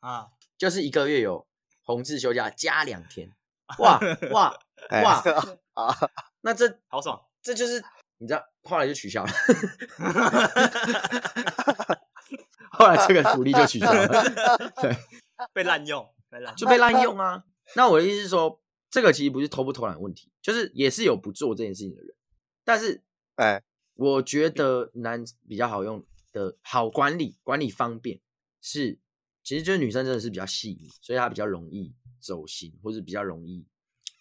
[SPEAKER 3] 啊，
[SPEAKER 2] 就是一个月有红字休假加两天，哇哇
[SPEAKER 1] (laughs) 哎
[SPEAKER 2] 哇！
[SPEAKER 1] 啊，
[SPEAKER 2] 那这
[SPEAKER 3] 好爽。
[SPEAKER 2] 这就是你知道，后来就
[SPEAKER 1] (laughs)
[SPEAKER 2] 取消了， (laughs) 后来这个福利就取消了，对，
[SPEAKER 3] 被滥用，被滥
[SPEAKER 2] 就
[SPEAKER 3] 用。
[SPEAKER 2] 被滥用啊。那我的意思是说，这个其实不是偷不偷懒问题，就是也是有不做这件事情的人，但是
[SPEAKER 1] 哎，
[SPEAKER 2] 我觉得男比较好用的好管理，管理方便是，其实就是女生真的是比较细腻，所以她比较容易走心，或是比较容易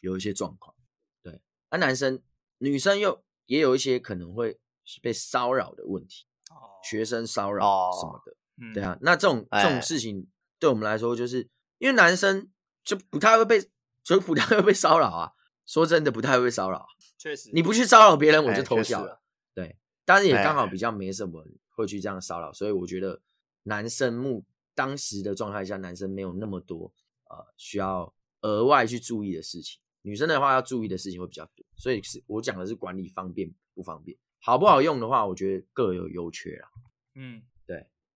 [SPEAKER 2] 有一些状况。对，那、男生女生又也有一些可能会被骚扰的问题，
[SPEAKER 3] 哦
[SPEAKER 2] 学生骚扰
[SPEAKER 1] 哦
[SPEAKER 2] 什么的。
[SPEAKER 3] 嗯
[SPEAKER 2] 对啊，那这种这
[SPEAKER 1] 哎
[SPEAKER 2] 种事情对我们来说，就是因为男生就不太会被，就不太会被骚扰啊。说真的，不太会被骚扰啊。
[SPEAKER 3] 确实
[SPEAKER 2] 你不去骚扰别人，我
[SPEAKER 1] 哎
[SPEAKER 2] 就偷
[SPEAKER 1] 确实
[SPEAKER 2] 笑
[SPEAKER 1] 啊
[SPEAKER 2] 了。对，但是也刚好
[SPEAKER 1] 哎
[SPEAKER 2] 比较没什么会去这样骚扰，所以我觉得男生目当时的状态下，男生没有那么多呃需要额外去注意的事情。女生的话要注意的事情会比较多，所以是我讲的是管理方便不方便，好不好用的话，我觉得各有优缺啦。
[SPEAKER 3] 嗯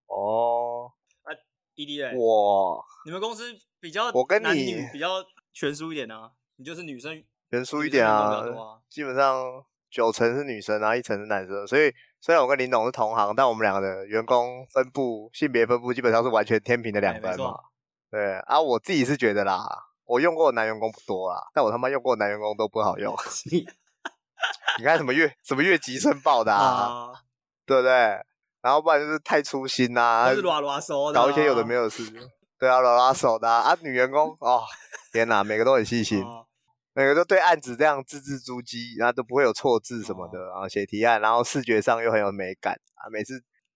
[SPEAKER 1] 哦，
[SPEAKER 3] ，E D 嘞，
[SPEAKER 1] 我
[SPEAKER 3] 你们公司比较
[SPEAKER 1] 我跟
[SPEAKER 3] 男
[SPEAKER 1] 你
[SPEAKER 3] 女比较悬殊一点啊，你就是女生
[SPEAKER 1] 悬殊一
[SPEAKER 3] 女生
[SPEAKER 1] 点
[SPEAKER 3] 运
[SPEAKER 1] 啊
[SPEAKER 3] 动比较多啊，
[SPEAKER 1] 基本上九成是女生，然后一成是男生，所以虽然我跟林董是同行，但我们两个的员工分布、性别分布基本上是完全天平的两
[SPEAKER 3] 哎没
[SPEAKER 1] 端嘛。
[SPEAKER 3] 错
[SPEAKER 1] 对啊，我自己是觉得啦，我用过的男员工不多啦，但我他妈用过的男员工都不好用。
[SPEAKER 3] (laughs)
[SPEAKER 1] (laughs) 你看什么越什么越级申报的啊，
[SPEAKER 3] 啊，
[SPEAKER 1] 对不对？然后不然就是太粗心呐、
[SPEAKER 3] 都是拉拉手的啊，
[SPEAKER 1] 搞一些有的没有的事情。对啊，拉拉手的啊，啊女员工哦，天哪，每个都很细心。
[SPEAKER 3] 哦
[SPEAKER 1] 每个都对案子这样字字珠玑，然后都不会有错字什么的，
[SPEAKER 3] 哦
[SPEAKER 1] 然后写提案，然后视觉上又很有美感啊。每次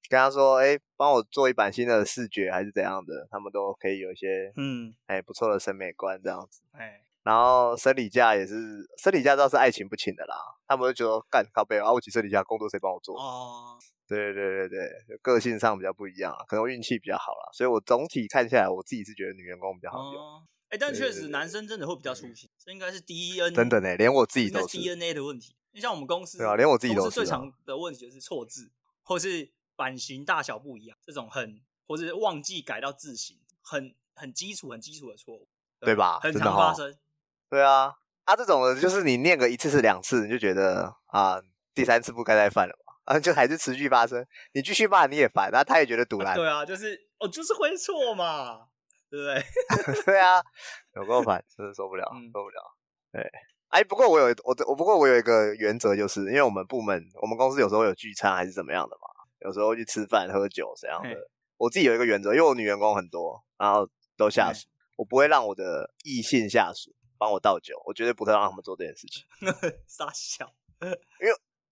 [SPEAKER 1] 跟他说，哎，帮我做一版新的视觉还是怎样的，他们都可以有一些
[SPEAKER 3] 嗯，
[SPEAKER 1] 哎不错的审美观这样子。
[SPEAKER 3] 哎，
[SPEAKER 1] 然后生理假也是，生理假倒是爱情不请的啦，他们就觉得干靠背啊，我请生理假工作谁帮我做？
[SPEAKER 3] 哦，
[SPEAKER 1] 对对对对，就个性上比较不一样啊，可能我运气比较好啦，所以我总体看下来，我自己是觉得女员工比较好用，
[SPEAKER 3] 哦，哎，但
[SPEAKER 1] 对
[SPEAKER 3] 确
[SPEAKER 1] 对
[SPEAKER 3] 实
[SPEAKER 1] 对
[SPEAKER 3] 男生真的会比较粗心，这应该是 DNA
[SPEAKER 1] 真的呢，连我自己
[SPEAKER 3] 应该
[SPEAKER 1] 都是。
[SPEAKER 3] 是 DNA 的问题。就像我们公司，
[SPEAKER 1] 对啊连我自己都
[SPEAKER 3] 公司
[SPEAKER 1] 是啊
[SPEAKER 3] 最常的问题就是错字，或是版型大小不一样，这种很或者忘记改到字型，很很基础、很基础的错误，
[SPEAKER 1] 对吧
[SPEAKER 3] 很
[SPEAKER 1] 真的
[SPEAKER 3] 常发
[SPEAKER 1] 哦
[SPEAKER 3] 生。
[SPEAKER 1] 对啊，啊这种的就是你念个一次是两次，你就觉得啊第三次不该再犯了嘛，啊就还是持续发生，你继续骂你也烦，然后他也觉得堵
[SPEAKER 3] 啊
[SPEAKER 1] 烂，
[SPEAKER 3] 对啊，就是哦，就是会错嘛，对不对？ (laughs)
[SPEAKER 1] 对啊，有够烦，真的受不了，
[SPEAKER 3] 嗯
[SPEAKER 1] 受不了。对，哎，不过我有我的我不过我有一个原则，就是因为我们部门我们公司有时候有聚餐还是怎么样的嘛，有时候去吃饭喝酒怎样
[SPEAKER 3] 嘿
[SPEAKER 1] 的。我自己有一个原则，因为我女员工很多，然后都下属，我不会让我的异性下属帮我倒酒，我绝对不会让他们做这件事情，
[SPEAKER 3] 傻笑，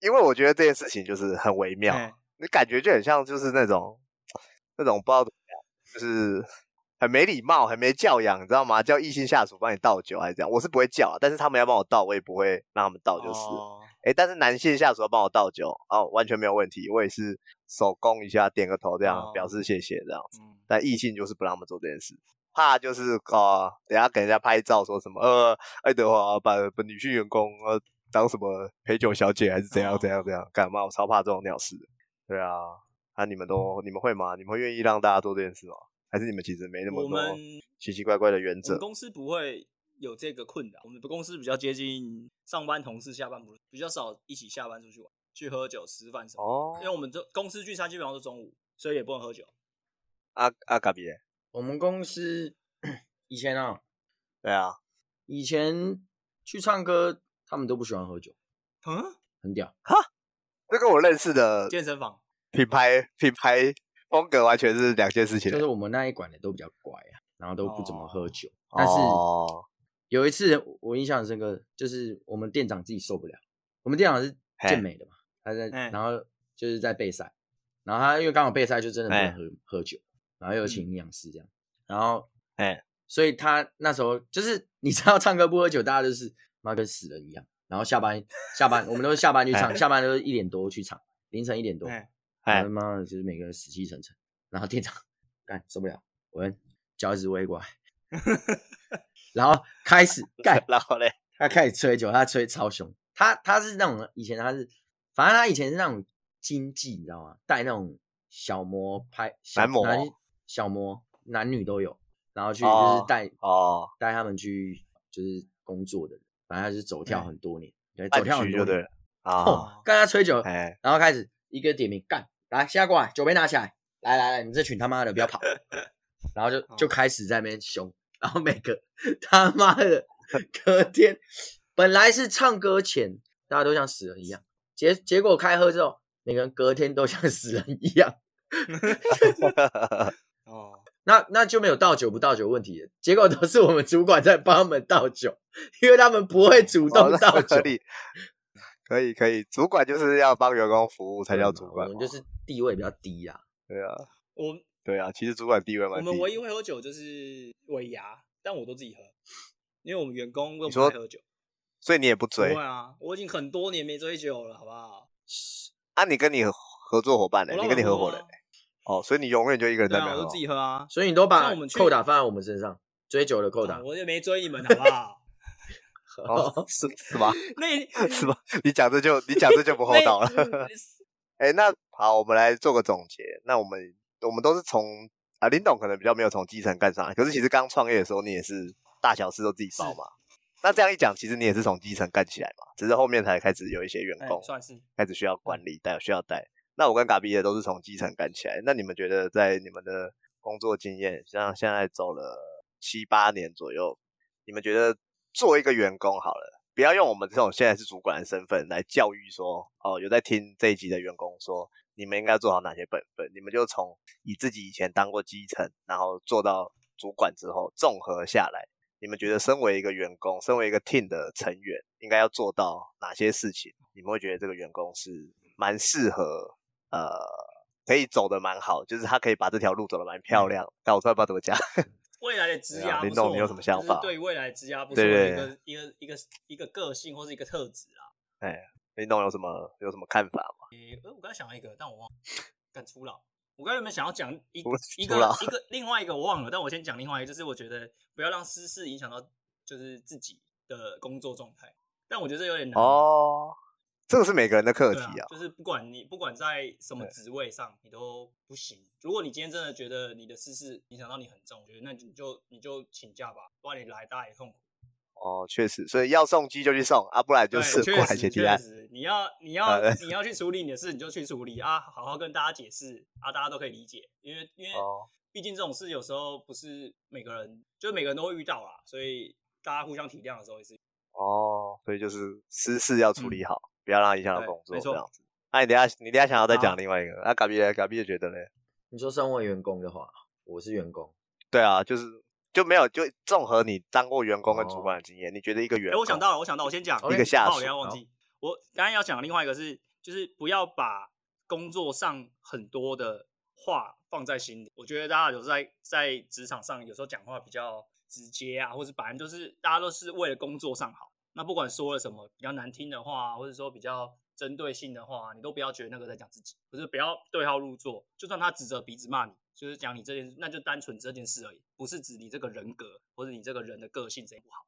[SPEAKER 1] 因为我觉得这件事情就是很微妙，
[SPEAKER 3] 哎
[SPEAKER 1] 你感觉就很像就是那种那种不知道怎么样，就是很没礼貌、很没教养，你知道吗？叫异性下属帮你倒酒还是这样，我是不会叫啊，但是他们要帮我倒，我也不会让他们倒，就是了。
[SPEAKER 3] 哦
[SPEAKER 1] 诶，但是男性下属要帮我倒酒哦，完全没有问题，我也是手工一下，点个头这样、
[SPEAKER 3] 哦
[SPEAKER 1] 表示谢谢这样。
[SPEAKER 3] 嗯，
[SPEAKER 1] 但异性就是不让他们做这件事，怕就是哦，等下给人家拍照说什么呃，爱德华把把女性员工呃当什么陪酒小姐还是怎样
[SPEAKER 3] 哦
[SPEAKER 1] 怎样怎样，干嘛？我超怕这种鸟事的。对啊，啊你们都你们会吗？你们会愿意让大家做这件事吗？还是你们其实没那么多
[SPEAKER 3] 我们
[SPEAKER 1] 奇奇怪怪的原
[SPEAKER 3] 我们
[SPEAKER 1] 则？
[SPEAKER 3] 公司不会有这个困扰，我们公司比较接近上班同事，下班不比较少一起下班出去玩、去喝酒、吃饭什么。
[SPEAKER 1] 哦
[SPEAKER 3] 因，为我们这公司聚餐基本上都中午，所以也不能喝酒。
[SPEAKER 1] 啊啊嘎比耶，
[SPEAKER 2] 我们公司以前啊，
[SPEAKER 1] 对啊，
[SPEAKER 2] 以前去唱歌，他们都不喜欢喝酒，
[SPEAKER 3] 嗯，
[SPEAKER 2] 很屌。
[SPEAKER 1] 这跟我认识的
[SPEAKER 3] 健身房
[SPEAKER 1] 品牌品牌风格完全是两件事情
[SPEAKER 2] 就。是我们那一馆的都比较乖啊，然后都不怎么喝酒。但是
[SPEAKER 1] 哦，
[SPEAKER 2] 有一次我印象很深刻，就是我们店长自己受不了，我们店长是健美的嘛，他在
[SPEAKER 3] 嘿
[SPEAKER 2] 然后就是在备赛，然后他因为刚好备赛就真的不能喝喝酒，然后又请营养师这样，然后
[SPEAKER 1] 嗯嘿
[SPEAKER 2] 所以他那时候就是你知道唱歌不喝酒，大家就是妈跟死人一样，然后下班下班我们都是下班去唱，下班都是一点多去唱，凌晨一点多，
[SPEAKER 3] 哎
[SPEAKER 2] 然
[SPEAKER 1] 哎
[SPEAKER 2] 后，妈的，就是每个人死气沉沉。然后店长干受不了，我脚趾
[SPEAKER 1] (laughs)
[SPEAKER 2] 围过来，然后开始干，
[SPEAKER 1] 然后嘞，
[SPEAKER 2] 他开始吹酒，他吹超凶。他他是那种以前他是，反正他以前是那种经济，你知道吗？带那种小模拍小
[SPEAKER 1] 男模
[SPEAKER 2] 小模男女都有，然后去就
[SPEAKER 1] 哦
[SPEAKER 2] 是带
[SPEAKER 1] 哦，
[SPEAKER 2] 带他们去就是工作的人，反正他就是走跳很多年，对，走
[SPEAKER 1] 半
[SPEAKER 2] 跳很
[SPEAKER 1] 局嗯
[SPEAKER 2] 多
[SPEAKER 1] 就对
[SPEAKER 2] 年。
[SPEAKER 1] 了啊。
[SPEAKER 2] 哦，跟他吹酒，
[SPEAKER 1] 哎，
[SPEAKER 2] (laughs) 然后开始一个点名干，来现在过来，酒杯拿起来，来来来，你这群他妈的不要
[SPEAKER 1] (laughs)
[SPEAKER 2] 跑，然后就就开始在那边凶，然后每个 (laughs) 他妈的隔天本来是唱歌前大家都像死人一样，结结果开喝之后，每个人隔天都像死人一样，
[SPEAKER 3] 哦，
[SPEAKER 2] 那那就没有倒酒不倒酒问题了，结果都是我们主管在帮他们倒酒，因为他们不会主动
[SPEAKER 1] 哦那
[SPEAKER 2] 倒
[SPEAKER 1] 合
[SPEAKER 2] 酒，
[SPEAKER 1] 理可以可以，主管就是要帮员工服务才
[SPEAKER 3] 嗯
[SPEAKER 1] 叫主管
[SPEAKER 2] 我
[SPEAKER 1] 嘛，
[SPEAKER 2] 们就是地位比较低啊，
[SPEAKER 1] 对啊
[SPEAKER 3] 我
[SPEAKER 1] 对啊，其实主管地位
[SPEAKER 3] 我
[SPEAKER 1] 蛮低
[SPEAKER 3] 们唯一
[SPEAKER 1] 的。
[SPEAKER 3] 会喝酒就是尾牙，但我都自己喝，因为我们员工都
[SPEAKER 1] 你
[SPEAKER 3] 不
[SPEAKER 1] 说
[SPEAKER 3] 爱喝酒。
[SPEAKER 1] 所以你也不
[SPEAKER 3] 不
[SPEAKER 1] 追
[SPEAKER 3] 会啊，我已经很多年没追酒了，好不好？
[SPEAKER 1] 啊？你跟你合合作伙伴呢？
[SPEAKER 3] 我
[SPEAKER 1] 你跟你合伙
[SPEAKER 3] 的
[SPEAKER 1] 人，哦，所以你永远就一个人
[SPEAKER 3] 啊
[SPEAKER 1] 在
[SPEAKER 3] 对
[SPEAKER 1] 那边
[SPEAKER 3] 啊，我
[SPEAKER 1] 喝
[SPEAKER 3] 都自。己喝啊。
[SPEAKER 2] 所以你都把
[SPEAKER 3] 那我们去
[SPEAKER 2] 扣打放在我们身上，追酒的扣打
[SPEAKER 3] 啊。我也没追你们，好不
[SPEAKER 1] (laughs)
[SPEAKER 3] 好？
[SPEAKER 1] 哦，是是吧？ (laughs)
[SPEAKER 3] 那
[SPEAKER 1] 是吧？ (laughs) 你讲这就你讲这就不厚道了。 (laughs)
[SPEAKER 3] 那嗯
[SPEAKER 1] 哎，那好，我们来做个总结。那我们我们都是从啊，林董可能比较没有从基层干上来，可是其实刚创业的时候，你也是大小事都自己包嘛。那这样一讲，其实你也是从基层干起来嘛，只是后面才开始有一些员
[SPEAKER 3] 哎
[SPEAKER 1] 工，
[SPEAKER 3] 算是
[SPEAKER 1] 开始需要管理带，需要带。那我跟嘎比也都是从基层干起来。那你们觉得在你们的工作经验，像现在走了七八年左右，你们觉得做一个员工好了，不要用我们这种现在是主管的身份来教育说，哦，有在听这一集的员工说，你们应该做好哪些本分，你们就从以自己以前当过基层，然后做到主管之后，综合下来，你们觉得身为一个员工，身为一个 team 的成员，应该要做到哪些事情？你们会觉得这个员工是蛮适合，呃，可以走的蛮好，就是他可以把这条路走的蛮
[SPEAKER 3] 嗯
[SPEAKER 1] 漂亮。但我突然不知道怎么讲，
[SPEAKER 3] 未来的职
[SPEAKER 1] 对啊
[SPEAKER 3] 涯不
[SPEAKER 1] 林
[SPEAKER 3] 错
[SPEAKER 1] 董
[SPEAKER 3] 嘛。
[SPEAKER 1] 你有什么想
[SPEAKER 3] 就是
[SPEAKER 1] 法
[SPEAKER 3] 对未来的职涯不错，
[SPEAKER 1] 对
[SPEAKER 3] 一
[SPEAKER 1] 对
[SPEAKER 3] 个一个一个一个个性或是一个特质啊。
[SPEAKER 1] 林董有什么有什么看法吗？
[SPEAKER 3] 诶，我刚才想到一个，但我忘了，很粗老。我刚才有没有想要讲一
[SPEAKER 1] 粗
[SPEAKER 3] 一
[SPEAKER 1] 粗
[SPEAKER 3] 个
[SPEAKER 1] 老
[SPEAKER 3] 一个另外一个我忘了，但我先讲另外一个，就是我觉得不要让私事影响到就是自己的工作状态，但我觉得这有点难啊。
[SPEAKER 1] 哦，这个是每个人的课
[SPEAKER 3] 对
[SPEAKER 1] 题
[SPEAKER 3] 啊
[SPEAKER 1] 啊，，
[SPEAKER 3] 就是不管你不管在什么
[SPEAKER 1] 对
[SPEAKER 3] 职位上，你都不行。如果你今天真的觉得你的事事影响到你很重，我觉得那你就你就请假吧，不然你来大家也痛苦。
[SPEAKER 1] 哦，确实，所以要送鸡就去送啊，不然就
[SPEAKER 3] 对
[SPEAKER 1] 是
[SPEAKER 3] 确
[SPEAKER 1] 过来
[SPEAKER 3] 实
[SPEAKER 1] 写提
[SPEAKER 3] 确
[SPEAKER 1] 案。
[SPEAKER 3] 实你要你要
[SPEAKER 1] 啊
[SPEAKER 3] 你要去处理你的事，你就去处理啊，好好跟大家解释啊，大家都可以理解，因为因为
[SPEAKER 1] 哦
[SPEAKER 3] 毕竟这种事有时候不是每个人，就是每个人都会遇到啦，所以大家互相体谅的时候也是
[SPEAKER 1] 哦，所以就是私事要处理好，不要让它影响到
[SPEAKER 3] 嗯对
[SPEAKER 1] 工作
[SPEAKER 3] 没
[SPEAKER 1] 这
[SPEAKER 3] 错
[SPEAKER 1] 样子。那、你等一下你等一下想要再
[SPEAKER 3] 好
[SPEAKER 1] 讲另外一个，那嘎比嘞，嘎比就觉得嘞，
[SPEAKER 2] 你说身为员工的话，我是员工，
[SPEAKER 1] 对啊，就是就没有就综合你当过员工跟主
[SPEAKER 2] 哦
[SPEAKER 1] 管的经验，你觉得一个员
[SPEAKER 3] 哎、
[SPEAKER 1] 工，
[SPEAKER 3] 我想到了，我想到了，我先讲
[SPEAKER 2] 一个
[SPEAKER 1] 下
[SPEAKER 3] 怕我
[SPEAKER 1] 属
[SPEAKER 3] 等忘记。我刚刚要讲的另外一个是，就是不要把工作上很多的话放在心里。我觉得大家有时候在在职场上，有时候讲话比较直接啊，或者反正就是大家都是为了工作上好。那不管说了什么比较难听的话啊，或者说比较针对性的话啊，你都不要觉得那个在讲自己，不是不要对号入座。就算他指着鼻子骂你，就是讲你这件，那就单纯这件事而已，不是指你这个人格或者你这个人的个性怎样不好。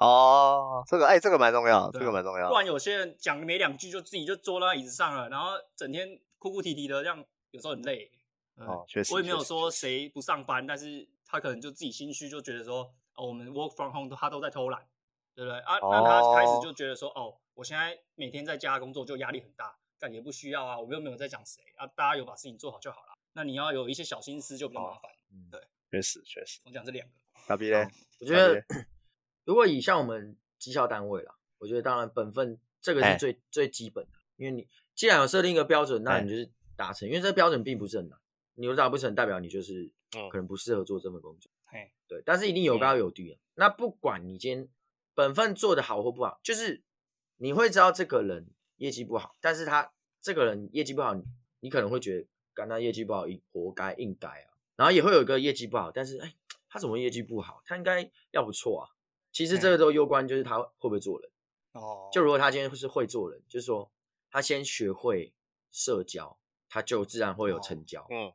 [SPEAKER 1] 哦，这个哎、这个蛮重要，
[SPEAKER 3] 对
[SPEAKER 1] 这
[SPEAKER 3] 啊
[SPEAKER 1] 个蛮重要
[SPEAKER 3] 不。然有些人讲没两句就自己就坐到椅子上了，然后整天哭哭啼啼的，这样有时候很累。嗯
[SPEAKER 1] 哦确实
[SPEAKER 3] 我也没有
[SPEAKER 1] 确实
[SPEAKER 3] 说谁不上班，但是他可能就自己心虚，就觉得说，哦，我们 work from home 他都在偷懒，对不对啊？那他开始就觉得说，哦，我现在每天在家工作就压力很大，但也不需要啊，我又没有在讲谁啊，大家有把事情做好就好了。那你要有一些小心思就比较
[SPEAKER 1] 哦
[SPEAKER 3] 麻烦。
[SPEAKER 2] 嗯，
[SPEAKER 1] 确实确实，
[SPEAKER 3] 我讲这两个，
[SPEAKER 1] 嘎比嘞，
[SPEAKER 2] 我觉得如果以像我们绩效单位啦，我觉得当然本分这个
[SPEAKER 1] 哎
[SPEAKER 2] 是最、最基本的，因为你既然有设定一个标准，那
[SPEAKER 1] 哎
[SPEAKER 2] 你就是达成，因为这标准并不是很难，你有达不成，代表你就是
[SPEAKER 1] 嗯
[SPEAKER 2] 可能不适合做这份工作，
[SPEAKER 3] 嘿，
[SPEAKER 2] 对，但是一定有高有低啊。那不管你今天本分做得好或不好，就是你会知道这个人业绩不好，但是他这个人业绩不好，你你可能会觉得，干他业绩不好，应活该应该啊。然后也会有一个业绩不好，但是哎，他怎么业绩不好？他应该要不错啊。其实这个都攸关就是他会不会做人。
[SPEAKER 3] 哦
[SPEAKER 2] 就如果他今天是会做人，就是说他先学会社交，他就自然会有成交。
[SPEAKER 1] 嗯，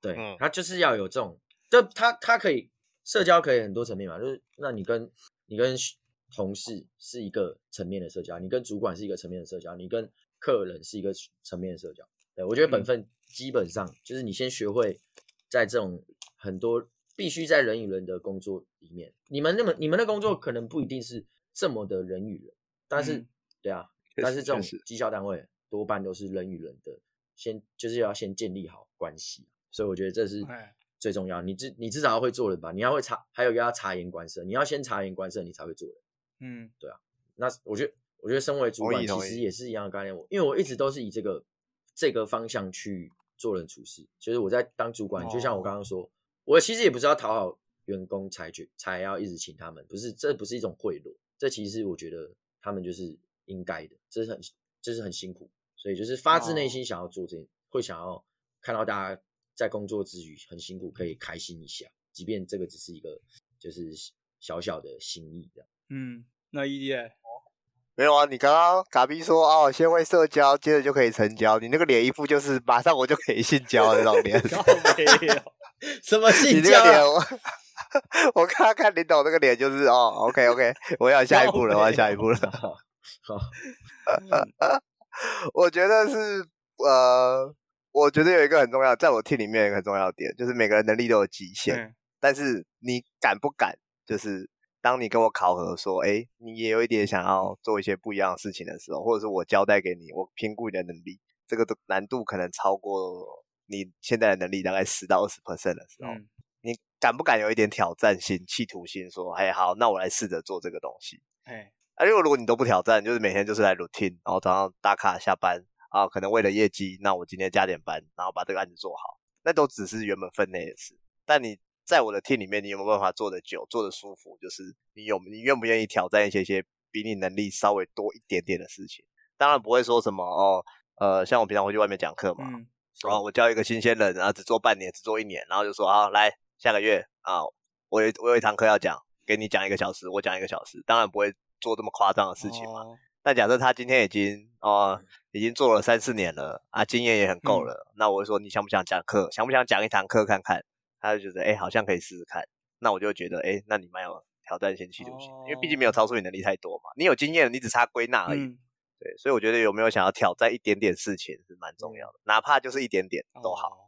[SPEAKER 2] 对，
[SPEAKER 1] 嗯
[SPEAKER 2] 他就是要有这种，就他他可以社交可以很多层面嘛，就是那你跟你跟同事是一个层面的社交，你跟主管是一个层面的社交，你跟客人是一个层面的社交。对我觉得本
[SPEAKER 1] 嗯
[SPEAKER 2] 分基本上就是你先学会在这种很多必须在人与人的工作里面，你们那么你们的工作可能不一定是这么的人与人，但是、
[SPEAKER 3] 嗯
[SPEAKER 2] 对啊，
[SPEAKER 1] 确
[SPEAKER 2] 但
[SPEAKER 1] 实
[SPEAKER 2] 是这种
[SPEAKER 1] 确实
[SPEAKER 2] 绩效单位多半都是人与人的，先就是要先建立好关系，啊所以我觉得这是
[SPEAKER 3] 哎
[SPEAKER 2] 最重要。你至你至少要会做人吧，你要会察，还有要察言观色，你要先察言观色，你才会做人。
[SPEAKER 3] 嗯，
[SPEAKER 2] 那我觉得，我觉得身为主
[SPEAKER 1] 同
[SPEAKER 2] 管
[SPEAKER 1] 意
[SPEAKER 2] 其
[SPEAKER 1] 同
[SPEAKER 2] 实
[SPEAKER 1] 意
[SPEAKER 2] 也是一样的概念，我因为我一直都是以这个这个方向去做人处事，就是我在当主管，就
[SPEAKER 1] 哦
[SPEAKER 2] 像我刚刚说，我其实也不是要讨好员工才去才要一直请他们，不是，这不是一种贿赂，这其实我觉得他们就是应该的，这是很这是很辛苦，所以就是发自
[SPEAKER 1] 哦
[SPEAKER 2] 内心想要做这，会想要看到大家在工作之余很辛苦，可以开心一下，即便这个只是一个就是小小的心意这样。 (laughs)
[SPEAKER 5] 嗯，那 E D
[SPEAKER 1] (laughs)
[SPEAKER 3] (laughs)
[SPEAKER 5] 哎，
[SPEAKER 1] 没有啊，你刚刚嘎逼说哦，先会社交，接着就可以成交。你那个脸一副就是马上我就可以性交的那种
[SPEAKER 3] (laughs)
[SPEAKER 1] 脸，
[SPEAKER 5] 靠没有，
[SPEAKER 2] 什么
[SPEAKER 1] 你
[SPEAKER 2] 性
[SPEAKER 1] 那
[SPEAKER 2] 交、
[SPEAKER 1] 个
[SPEAKER 2] 啊
[SPEAKER 1] 脸？我， (laughs) 我刚刚看林董那个脸就是哦，OK OK，我
[SPEAKER 3] (laughs)
[SPEAKER 1] 要下一步了，我要下一步了。
[SPEAKER 2] (laughs) 好，好，
[SPEAKER 1] 我觉得是呃，我觉得有一个很重要，在我 team 里面有一个很重要的点，就是每个人能力都有极限，
[SPEAKER 5] 嗯
[SPEAKER 1] 但是你敢不敢，就是当你跟我考核说，哎、你也有一点想要做一些不一样的事情的时候，或者是我交代给你，我评估你的能力，这个的难度可能超过你现在的能力大概十到二十 percent 的时候，
[SPEAKER 5] 嗯
[SPEAKER 1] 你敢不敢有一点挑战心、企图心，说，哎、好，那我来试着做这个东西。
[SPEAKER 5] 哎，
[SPEAKER 1] 啊，因为如果你都不挑战，就是每天就是来 routine，然后早上打卡下班啊，可能为了业绩，那我今天加点班，然后把这个案子做好，那都只是原本分内的事。但你在我的 team 里面，你有没有办法做得久，做得舒服？就是你有你愿不愿意挑战一些些比你能力稍微多一点点的事情？当然不会说什么哦，呃，像我平常会去外面讲课嘛，
[SPEAKER 5] 嗯，
[SPEAKER 1] 然哦后我教一个新鲜人，然后只做半年，只做一年，然后就说好来下个月啊，我有我有一堂课要讲，给你讲一个小时，我讲一个小时，当然不会做这么夸张的事情嘛。
[SPEAKER 5] 哦
[SPEAKER 1] 但假设他今天已经哦、已经做了三四年了啊，经验也很够了，那我就说你想不想讲课，想不想讲一堂课看看？他就觉得哎、好像可以试试看，那我就觉得哎、那你蛮有挑战性、企图心的，因为毕竟没有超出你能力太多嘛，你有经验了，你只差归纳而已。
[SPEAKER 5] 嗯，
[SPEAKER 1] 对，所以我觉得有没有想要挑战一点点事情是蛮重要的，哪怕就是一点点都好。
[SPEAKER 3] 嗯哦。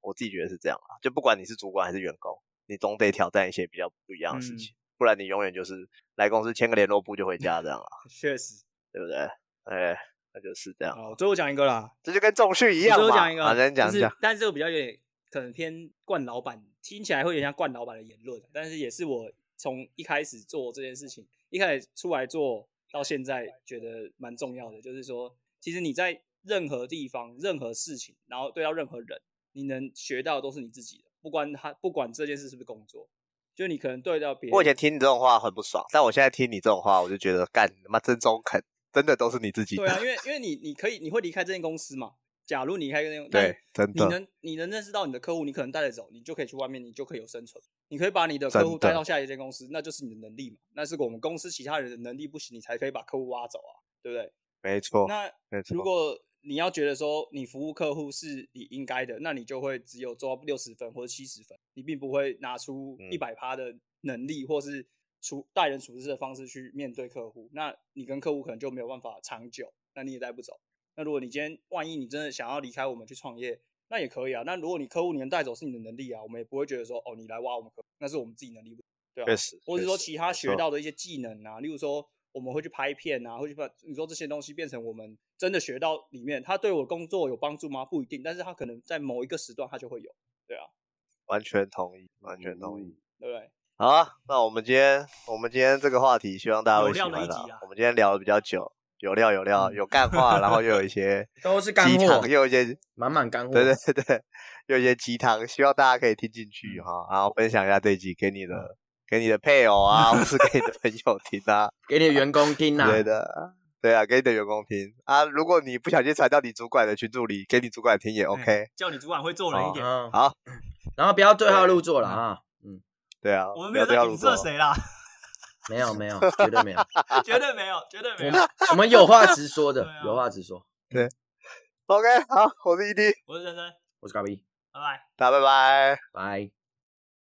[SPEAKER 1] 我自己觉得是这样啊，就不管你是主管还是员工，你总得挑战一些比较不一样的
[SPEAKER 3] 嗯
[SPEAKER 1] 事情，不然你永远就是来公司签个联络簿就回家这样啊，
[SPEAKER 3] 确实，
[SPEAKER 1] 对不对？哎，那就是这样，
[SPEAKER 3] 好，最后讲一个啦，
[SPEAKER 1] 这就跟重训一样
[SPEAKER 3] 哦我最
[SPEAKER 1] 嘛。
[SPEAKER 3] 后讲一个，
[SPEAKER 1] 啊，咱讲
[SPEAKER 3] 就
[SPEAKER 1] 一
[SPEAKER 3] 是
[SPEAKER 1] 下，
[SPEAKER 3] 但是这个比较有点可能偏惯老板，听起来会有点像惯老板的言论，啊但是也是我从一开始做这件事情，一开始出来做到现在，觉得蛮重要的，就是说，其实你在任何地方、任何事情，然后对到任何人，你能学到的都是你自己的，不管他不管这件事是不是工作，就你可能对到别人，
[SPEAKER 1] 我以前听你这种话很不爽，但我现在听你这种话，我就觉得干他妈真中肯，真的都是你自己
[SPEAKER 3] 对啊，
[SPEAKER 1] 的，
[SPEAKER 3] 因为因为你你可以你会离开这间公司嘛？假如你离开这间，那
[SPEAKER 1] 对，真
[SPEAKER 3] 你
[SPEAKER 1] 的，
[SPEAKER 3] 能你能认识到你的客户，你可能带得走，你就可以去外面，你就可以有生存。你可以把你的客户
[SPEAKER 1] 真的
[SPEAKER 3] 带到下一间公司，那就是你的能力嘛。那是我们公司其他人的能力不行，你才可以把客户挖走啊，对不对？
[SPEAKER 1] 没错，
[SPEAKER 3] 那
[SPEAKER 1] 没
[SPEAKER 3] 如
[SPEAKER 1] 错，
[SPEAKER 3] 果你要觉得说你服务客户是你应该的，那你就会只有做到六十分或者七十分，你并不会拿出
[SPEAKER 1] 嗯
[SPEAKER 3] 一百趴的能力，或是处待人处事的方式去面对客户。那你跟客户可能就没有办法长久，那你也带不走。那如果你今天万一你真的想要离开我们去创业，那也可以啊。那如果你客户你能带走是你的能力啊，我们也不会觉得说哦你来挖我们客户，那是我们自己能力不足，对吧、
[SPEAKER 1] 确实，
[SPEAKER 3] 或者说
[SPEAKER 1] 确实嗯
[SPEAKER 3] 其他
[SPEAKER 1] 没
[SPEAKER 3] 学
[SPEAKER 1] 错
[SPEAKER 3] 到的一些技能啊，例如说我们会去拍片啊，会去把你说这些东西变成我们真的学到里面，它对我工作有帮助吗？不一定，但是它可能在某一个时段它就会有，
[SPEAKER 1] 完全同意，完全
[SPEAKER 3] 嗯
[SPEAKER 1] 同意。
[SPEAKER 3] 对不对？
[SPEAKER 1] 好啊，那我们今天我们今天这个话题，希望大家会
[SPEAKER 6] 有
[SPEAKER 1] 喜
[SPEAKER 6] 料的
[SPEAKER 1] 欢
[SPEAKER 6] 一集
[SPEAKER 1] 啦
[SPEAKER 6] 啊。嗯
[SPEAKER 1] 我们今天聊的比较久，有料有料，有干话，然后又有
[SPEAKER 6] (laughs)
[SPEAKER 1] 一些
[SPEAKER 2] 都是干
[SPEAKER 1] 鸡汤，
[SPEAKER 2] 货，
[SPEAKER 1] 又有一些
[SPEAKER 2] 满满干货。
[SPEAKER 1] 对对对，又有一些鸡汤，希望大家可以听进去哈、
[SPEAKER 6] 嗯
[SPEAKER 1] 然后分享一下这一集给你的给你的配
[SPEAKER 6] (laughs)
[SPEAKER 1] 偶啊，或是给你的朋友听啊
[SPEAKER 2] 给你的员工听
[SPEAKER 1] 之
[SPEAKER 2] 啊，
[SPEAKER 1] 类的。对啊，给你的员工听啊。如果你不小心传到你主管的群组里，给你主管听也 OK、
[SPEAKER 6] 叫你主管会做人一点。
[SPEAKER 2] 嗯，
[SPEAKER 1] 好，
[SPEAKER 2] 然后不要对号入座了啊。嗯，
[SPEAKER 1] 对啊，
[SPEAKER 6] 我们
[SPEAKER 1] 不
[SPEAKER 6] 没
[SPEAKER 1] 要
[SPEAKER 6] 有
[SPEAKER 1] 对
[SPEAKER 6] 在
[SPEAKER 1] 号
[SPEAKER 6] 影
[SPEAKER 1] 入
[SPEAKER 6] 射
[SPEAKER 1] 座 (laughs)
[SPEAKER 6] 谁啦，
[SPEAKER 2] 没有没有，绝对
[SPEAKER 6] (laughs)
[SPEAKER 2] 没有，
[SPEAKER 6] 绝对没有，绝对没有。
[SPEAKER 2] 我们有话直说的
[SPEAKER 6] 对啊，
[SPEAKER 2] 有话直说。
[SPEAKER 1] OK，好，我是 ED，
[SPEAKER 6] 我是真真，
[SPEAKER 2] 我是嘎比，
[SPEAKER 6] 拜拜。
[SPEAKER 1] 大家拜拜。
[SPEAKER 2] 拜。